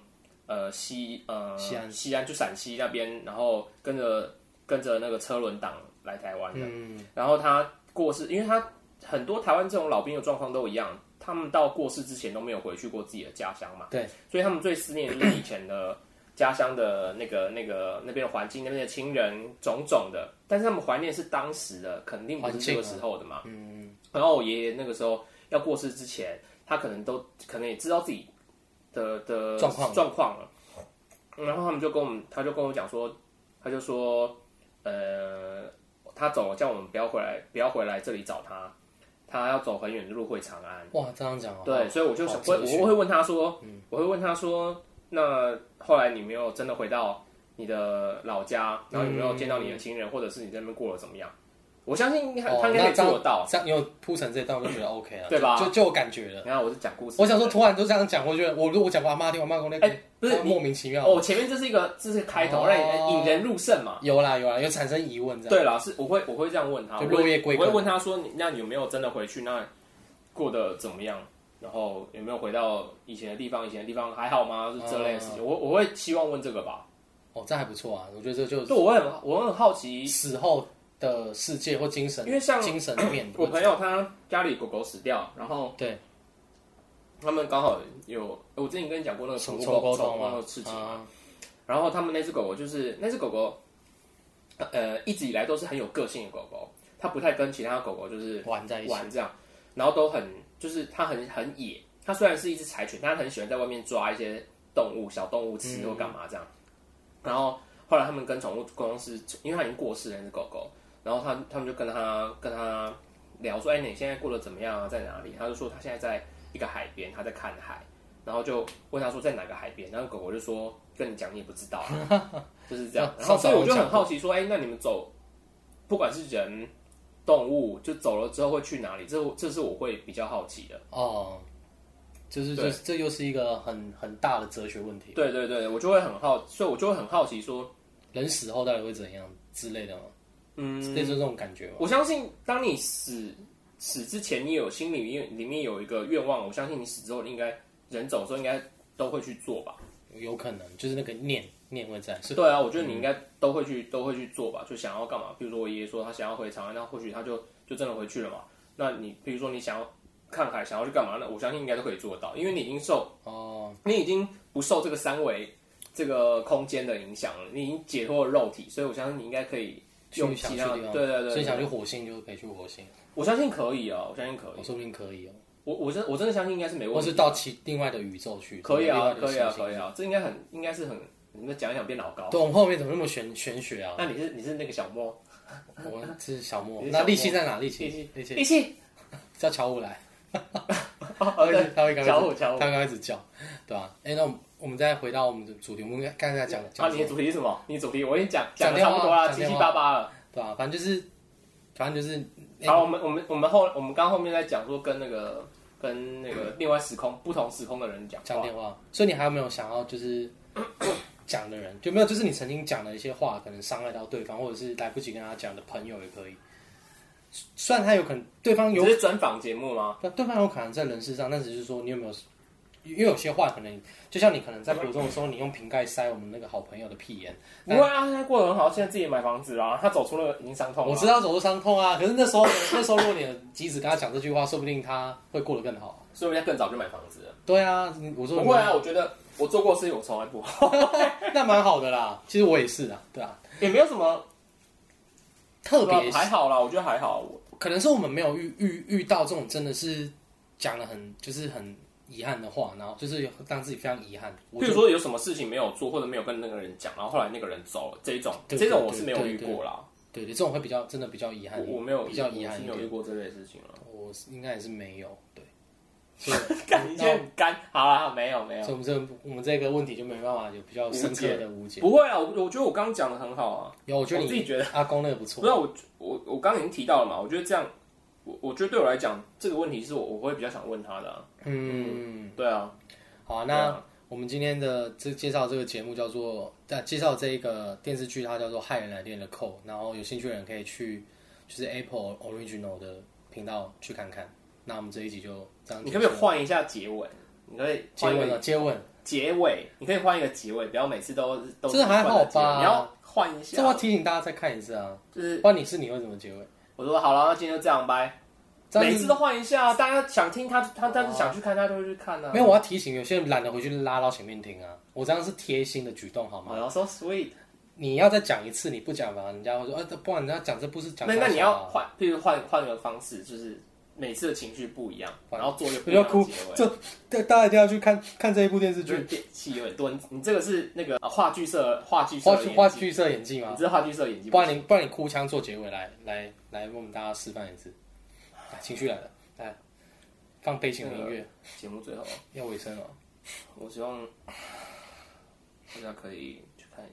Speaker 1: 呃西呃
Speaker 2: 西安
Speaker 1: 西安就陕西那边，然后跟着跟着那个车轮党来台湾的。
Speaker 2: 嗯，
Speaker 1: 然后他过世，因为他很多台湾这种老兵的状况都一样，他们到过世之前都没有回去过自己的家乡嘛，
Speaker 2: 对，
Speaker 1: 所以他们最思念就是以前的家乡的那个那个那边的环境、那边的亲人种种的，但是他们怀念是当时的，肯定不是这个
Speaker 2: 环境啊
Speaker 1: 时候的嘛。嗯，然后我爷爷那个时候要过世之前，他可能都可能也知道自己的的
Speaker 2: 状况了
Speaker 1: 状况了，然后他们就跟我们，他就跟我讲说，他就说，呃，他走了，叫我们不要回来，不要回来这里找他，他要走很远的路回长安。
Speaker 2: 哇，这样讲哦，
Speaker 1: 对，所以我就想
Speaker 2: 好嗯
Speaker 1: 会，
Speaker 2: 哲学
Speaker 1: 我会问他说，我会问他说，那后来你没有真的回到你的老家，然后有没有见到你的亲人，或者是你在那边过得怎么样？我相信他他
Speaker 2: 嗯哦，
Speaker 1: 应该可
Speaker 2: 那
Speaker 1: 以
Speaker 2: 这
Speaker 1: 做得
Speaker 2: 样
Speaker 1: 到。
Speaker 2: 这样有铺成这一段，我就觉得 OK 了，
Speaker 1: 对吧
Speaker 2: 就就就我感觉了。
Speaker 1: 然后我是讲故事，
Speaker 2: 我想说，突然就这样讲，我觉得我如果我讲过阿妈听，我妈跟我那个
Speaker 1: 哎不是你
Speaker 2: 莫名其妙。
Speaker 1: 哦，前面这是一个这是开头，
Speaker 2: 哦
Speaker 1: 让你引人入胜嘛。
Speaker 2: 有啦有啦，有产生疑问这样。
Speaker 1: 对啊啦，是我会我会这样问他，
Speaker 2: 就
Speaker 1: 我会
Speaker 2: 落叶归
Speaker 1: 我
Speaker 2: 根
Speaker 1: 会问他说，你那你有没有真的回去？那过得怎么样？然后有没有回到以前的地方？以前的地方还好吗？是这类的事情，我我会希望问这个吧。
Speaker 2: 哦，这还不错啊，我觉得这就
Speaker 1: 对，我会很我会很好奇，
Speaker 2: 死后的世界或精神，
Speaker 1: 因为像
Speaker 2: 精神面
Speaker 1: 我朋友他家里狗狗死掉，然后
Speaker 2: 对
Speaker 1: 他们刚好有，我之前跟你讲过那个宠物
Speaker 2: 宠物沟
Speaker 1: 宠物
Speaker 2: 通
Speaker 1: 沟
Speaker 2: 嘛
Speaker 1: 通的事情，
Speaker 2: 啊，
Speaker 1: 然后他们那只狗狗就是那只狗狗，呃，一直以来都是很有个性的狗狗，它不太跟其他狗狗就是
Speaker 2: 玩在一起，
Speaker 1: 玩这样，然后都很就是它很很野，它虽然是一只柴犬，但它很喜欢在外面抓一些动物小动物吃
Speaker 2: 嗯
Speaker 1: 或干嘛这样。然后后来他们跟宠物公司，因为它已经过世了那只狗狗，然后他他们就跟他跟他聊说，哎，你现在过得怎么样啊？在哪里？他就说他现在在一个海边，他在看海。然后就问他说在哪个海边，然后狗狗就说跟你讲你也不知道、啊， 就是这样。
Speaker 2: 那
Speaker 1: 然后所以我就
Speaker 2: 上次好像讲
Speaker 1: 很好奇说，哎，那你们走，不管是人、动物，就走了之后会去哪里？这这是我会比较好奇的。
Speaker 2: 哦，就是
Speaker 1: 对
Speaker 2: 这这又是一个很很大的哲学问题，
Speaker 1: 对对对，我就会很好，所以我就会很好奇说，
Speaker 2: 人死后到底会怎样之类的吗？
Speaker 1: 嗯，
Speaker 2: 类似这种感觉吗？
Speaker 1: 我相信当你死死之前，你有心里面里面有一个愿望，我相信你死之后你应该人走的时候应该都会去做吧。
Speaker 2: 有可能就是那个念念会在，是嗯
Speaker 1: 对啊，我觉得你应该都会去、都会去做吧，就想要干嘛？比如说我爷爷说他想要回长安，那或许他就就真的回去了嘛。那你比如说你想要看海，想要去干嘛？那我相信应该都可以做到，因为你已经受
Speaker 2: 哦，
Speaker 1: 你已经不受这个三维这个空间的影响了，你已经解脱了肉体，所以我相信你应该可以用
Speaker 2: 去想
Speaker 1: 其
Speaker 2: 去
Speaker 1: 他
Speaker 2: 的
Speaker 1: 对
Speaker 2: 地方，
Speaker 1: 对对
Speaker 2: 所以
Speaker 1: 对，
Speaker 2: 想去火星就可以去火星，
Speaker 1: 我相信可以啊，我相信可以，
Speaker 2: 我说不定可以哦，
Speaker 1: 我我真我真的相信应该是没
Speaker 2: 或
Speaker 1: 问题，
Speaker 2: 是到其另外的宇宙去，
Speaker 1: 可以啊，
Speaker 2: 另外
Speaker 1: 可
Speaker 2: 的
Speaker 1: 以啊，
Speaker 2: 行星
Speaker 1: 可以啊啊，这应该很应该是很，你们讲一讲变老高。
Speaker 2: 对，我们后面怎么那么玄玄学啊？
Speaker 1: 那你是你是那个小莫，
Speaker 2: 我是小莫，
Speaker 1: 你是小
Speaker 2: 那
Speaker 1: 莫
Speaker 2: 力气在哪？力
Speaker 1: 力
Speaker 2: 气，力气，
Speaker 1: 一 起，
Speaker 2: 叫乔五来，
Speaker 1: 哦
Speaker 2: 他
Speaker 1: 哦
Speaker 2: 会
Speaker 1: 对，
Speaker 2: 他会刚
Speaker 1: 小五小
Speaker 2: 他刚开始叫，对吧？哎，那我们我们再回到我们的主题，我们刚才在讲
Speaker 1: 啊，
Speaker 2: 讲
Speaker 1: 你
Speaker 2: 什
Speaker 1: 的
Speaker 2: 么
Speaker 1: 主题是什么？你的主题我已经讲
Speaker 2: 讲
Speaker 1: 的差不多啦，
Speaker 2: 电
Speaker 1: 七
Speaker 2: 话
Speaker 1: 七八八了。
Speaker 2: 对吧？反正就是，反正就是，哎
Speaker 1: 好，我们我们我们后我们刚后面在讲说跟那个跟那个另外时空不同时空的人讲
Speaker 2: 讲
Speaker 1: 话，
Speaker 2: 电话。所以你还有没有想要就是 讲的人？就没有就是你曾经讲的一些话，可能伤害到对方，或者是来不及跟他讲的朋友也可以。虽然他有可能对方
Speaker 1: 你
Speaker 2: 有
Speaker 1: 这是专访节目吗？
Speaker 2: 那对方有可能在人事上，但只是说你有没有，因为有些话可能就像你可能在国中的时候，你用瓶盖塞我们那个好朋友的屁眼，
Speaker 1: 不会啊，他现在过得很好，现在自己也买房子啊啦，他走出那个经伤痛
Speaker 2: 我
Speaker 1: 了。
Speaker 2: 知道走出伤痛啊。可是那时候那时候如果你有及时跟他讲这句话，说不定他会过得更好。
Speaker 1: 所以人家更早就买房子了。
Speaker 2: 对啊，你我说
Speaker 1: 不
Speaker 2: 你
Speaker 1: 会啊，我觉得我做过的事情我从来不，
Speaker 2: 那蛮好的啦。其实我也是啊，对啊，
Speaker 1: 也没有什么
Speaker 2: 特别
Speaker 1: 还好啦，我觉得还好。我
Speaker 2: 可能是我们没有遇遇遇到这种真的是讲了很就是很遗憾的话，然后就是让自己非常遗憾。我
Speaker 1: 比
Speaker 2: 就
Speaker 1: 如说有什么事情没有做或者没有跟那个人讲，然后后来那个人走了，这一种
Speaker 2: 对
Speaker 1: 这种
Speaker 2: 对
Speaker 1: 我是没有
Speaker 2: 对
Speaker 1: 遇
Speaker 2: 对
Speaker 1: 过啦，
Speaker 2: 对对，这种会比较真的比较遗憾一点，
Speaker 1: 我我没有
Speaker 2: 比较遗
Speaker 1: 我
Speaker 2: 憾
Speaker 1: 是
Speaker 2: 一
Speaker 1: 没有
Speaker 2: 点。
Speaker 1: 遇过这类事情了。
Speaker 2: 我是应该也是没有， 对。所以，
Speaker 1: 干，你现在很干，好啦，没有没有，
Speaker 2: 所以我们这我们这个问题就没办法有比较深刻的无解。
Speaker 1: 不会啊，我我觉得我刚刚讲的很好啊，
Speaker 2: 有，我觉得
Speaker 1: 我自己
Speaker 2: 你
Speaker 1: 觉得，
Speaker 2: 阿公那个不
Speaker 1: 不
Speaker 2: 错
Speaker 1: 知，道我我我刚刚已经提到了嘛，我觉得这样，我我觉得对我来讲这个问题是我我会比较想问他的 啊、
Speaker 2: 嗯，
Speaker 1: 对啊，
Speaker 2: 好啊，
Speaker 1: 对
Speaker 2: 那
Speaker 1: 啊
Speaker 2: 我们今天的这介绍这个节目叫做，呃，介绍这一个电视剧，它叫做《害人来电的扣》，然后有兴趣的人可以去就是 Apple Original 的频道去看看。那我们这一集就这样
Speaker 1: 你
Speaker 2: 结
Speaker 1: 可
Speaker 2: 束，
Speaker 1: 不可以换一下结尾？你可以
Speaker 2: 接
Speaker 1: 换一
Speaker 2: 吻
Speaker 1: 个
Speaker 2: 了？接吻，
Speaker 1: 结尾，你可以换一个结尾，不要每次都都
Speaker 2: 这还好吧
Speaker 1: 换结尾你要换一
Speaker 2: 这要
Speaker 1: 下，呃
Speaker 2: 提醒大家再看一次啊。
Speaker 1: 就是
Speaker 2: 不然你是你会怎么结尾？
Speaker 1: 我说好了，那今天就这样拜。
Speaker 2: 这样
Speaker 1: 每
Speaker 2: 子
Speaker 1: 次都换一下，啊大家想听他，他但是想去看，他就会去看啊。
Speaker 2: 没有，我要提醒有些人懒得回去拉到前面听啊，我这样是贴心的举动好吗？
Speaker 1: 好了，so sweet。
Speaker 2: 你要再讲一次，你不讲吧，人家会说，啊，不然人家讲这不是讲
Speaker 1: 那那你
Speaker 2: 小
Speaker 1: 要
Speaker 2: 啊
Speaker 1: 换，譬如换换个方式，就是每次的情绪不一样，
Speaker 2: 换
Speaker 1: 然后做一个不
Speaker 2: 不
Speaker 1: 一样
Speaker 2: 要
Speaker 1: 的
Speaker 2: 哭
Speaker 1: 结尾，
Speaker 2: 这对大家一定要去看看这一部电视
Speaker 1: 就是
Speaker 2: 剧，
Speaker 1: 电气有点多。你你这个是那个呃话剧社话剧社
Speaker 2: 花
Speaker 1: 的演技
Speaker 2: 花剧社演技
Speaker 1: 你
Speaker 2: 吗？
Speaker 1: 知道啊话剧社演技
Speaker 2: 不
Speaker 1: 不
Speaker 2: 然你不然你哭腔做结尾来来来为我们大家示范一次，来情绪来了，来放背景的音乐，
Speaker 1: 行节目最后，
Speaker 2: 要尾声了。哦
Speaker 1: 我希望大家可以去看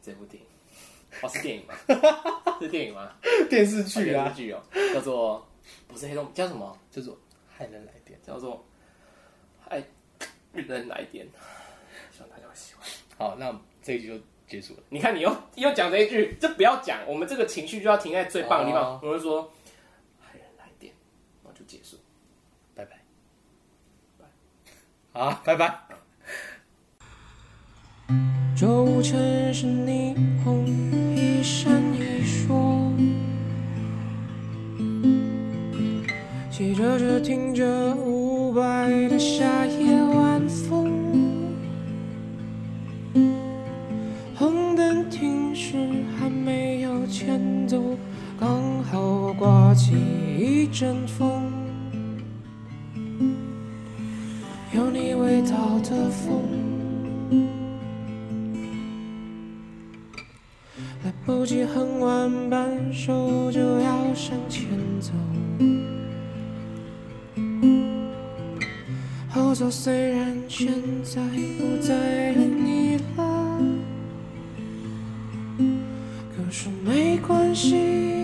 Speaker 1: 这部电影。哦，是电影 吗？是电影吗？
Speaker 2: 电视剧
Speaker 1: 哦
Speaker 2: 啊，
Speaker 1: 电视剧哦，叫做不是黑洞，叫什么？
Speaker 2: 叫做害人来电。
Speaker 1: 叫做哎，日本人来电，希望大家会喜欢。
Speaker 2: 好，那这一集就结束了。
Speaker 1: 你看，你又又讲这一句，这不要讲，我们这个情绪就要停在最棒的地方。
Speaker 2: 哦
Speaker 1: 我就说，哎海人来电，然后就结束。
Speaker 2: 拜拜，拜，好，拜拜。
Speaker 3: 周城是霓虹，一闪一烁。骑着车听着伍佰的《夏夜晚风》，红灯停时还没有前走，刚好刮起一阵风，有你味道的风。来不及哼完半首就要向前走。后座虽然现在不再有你了，可是没关系。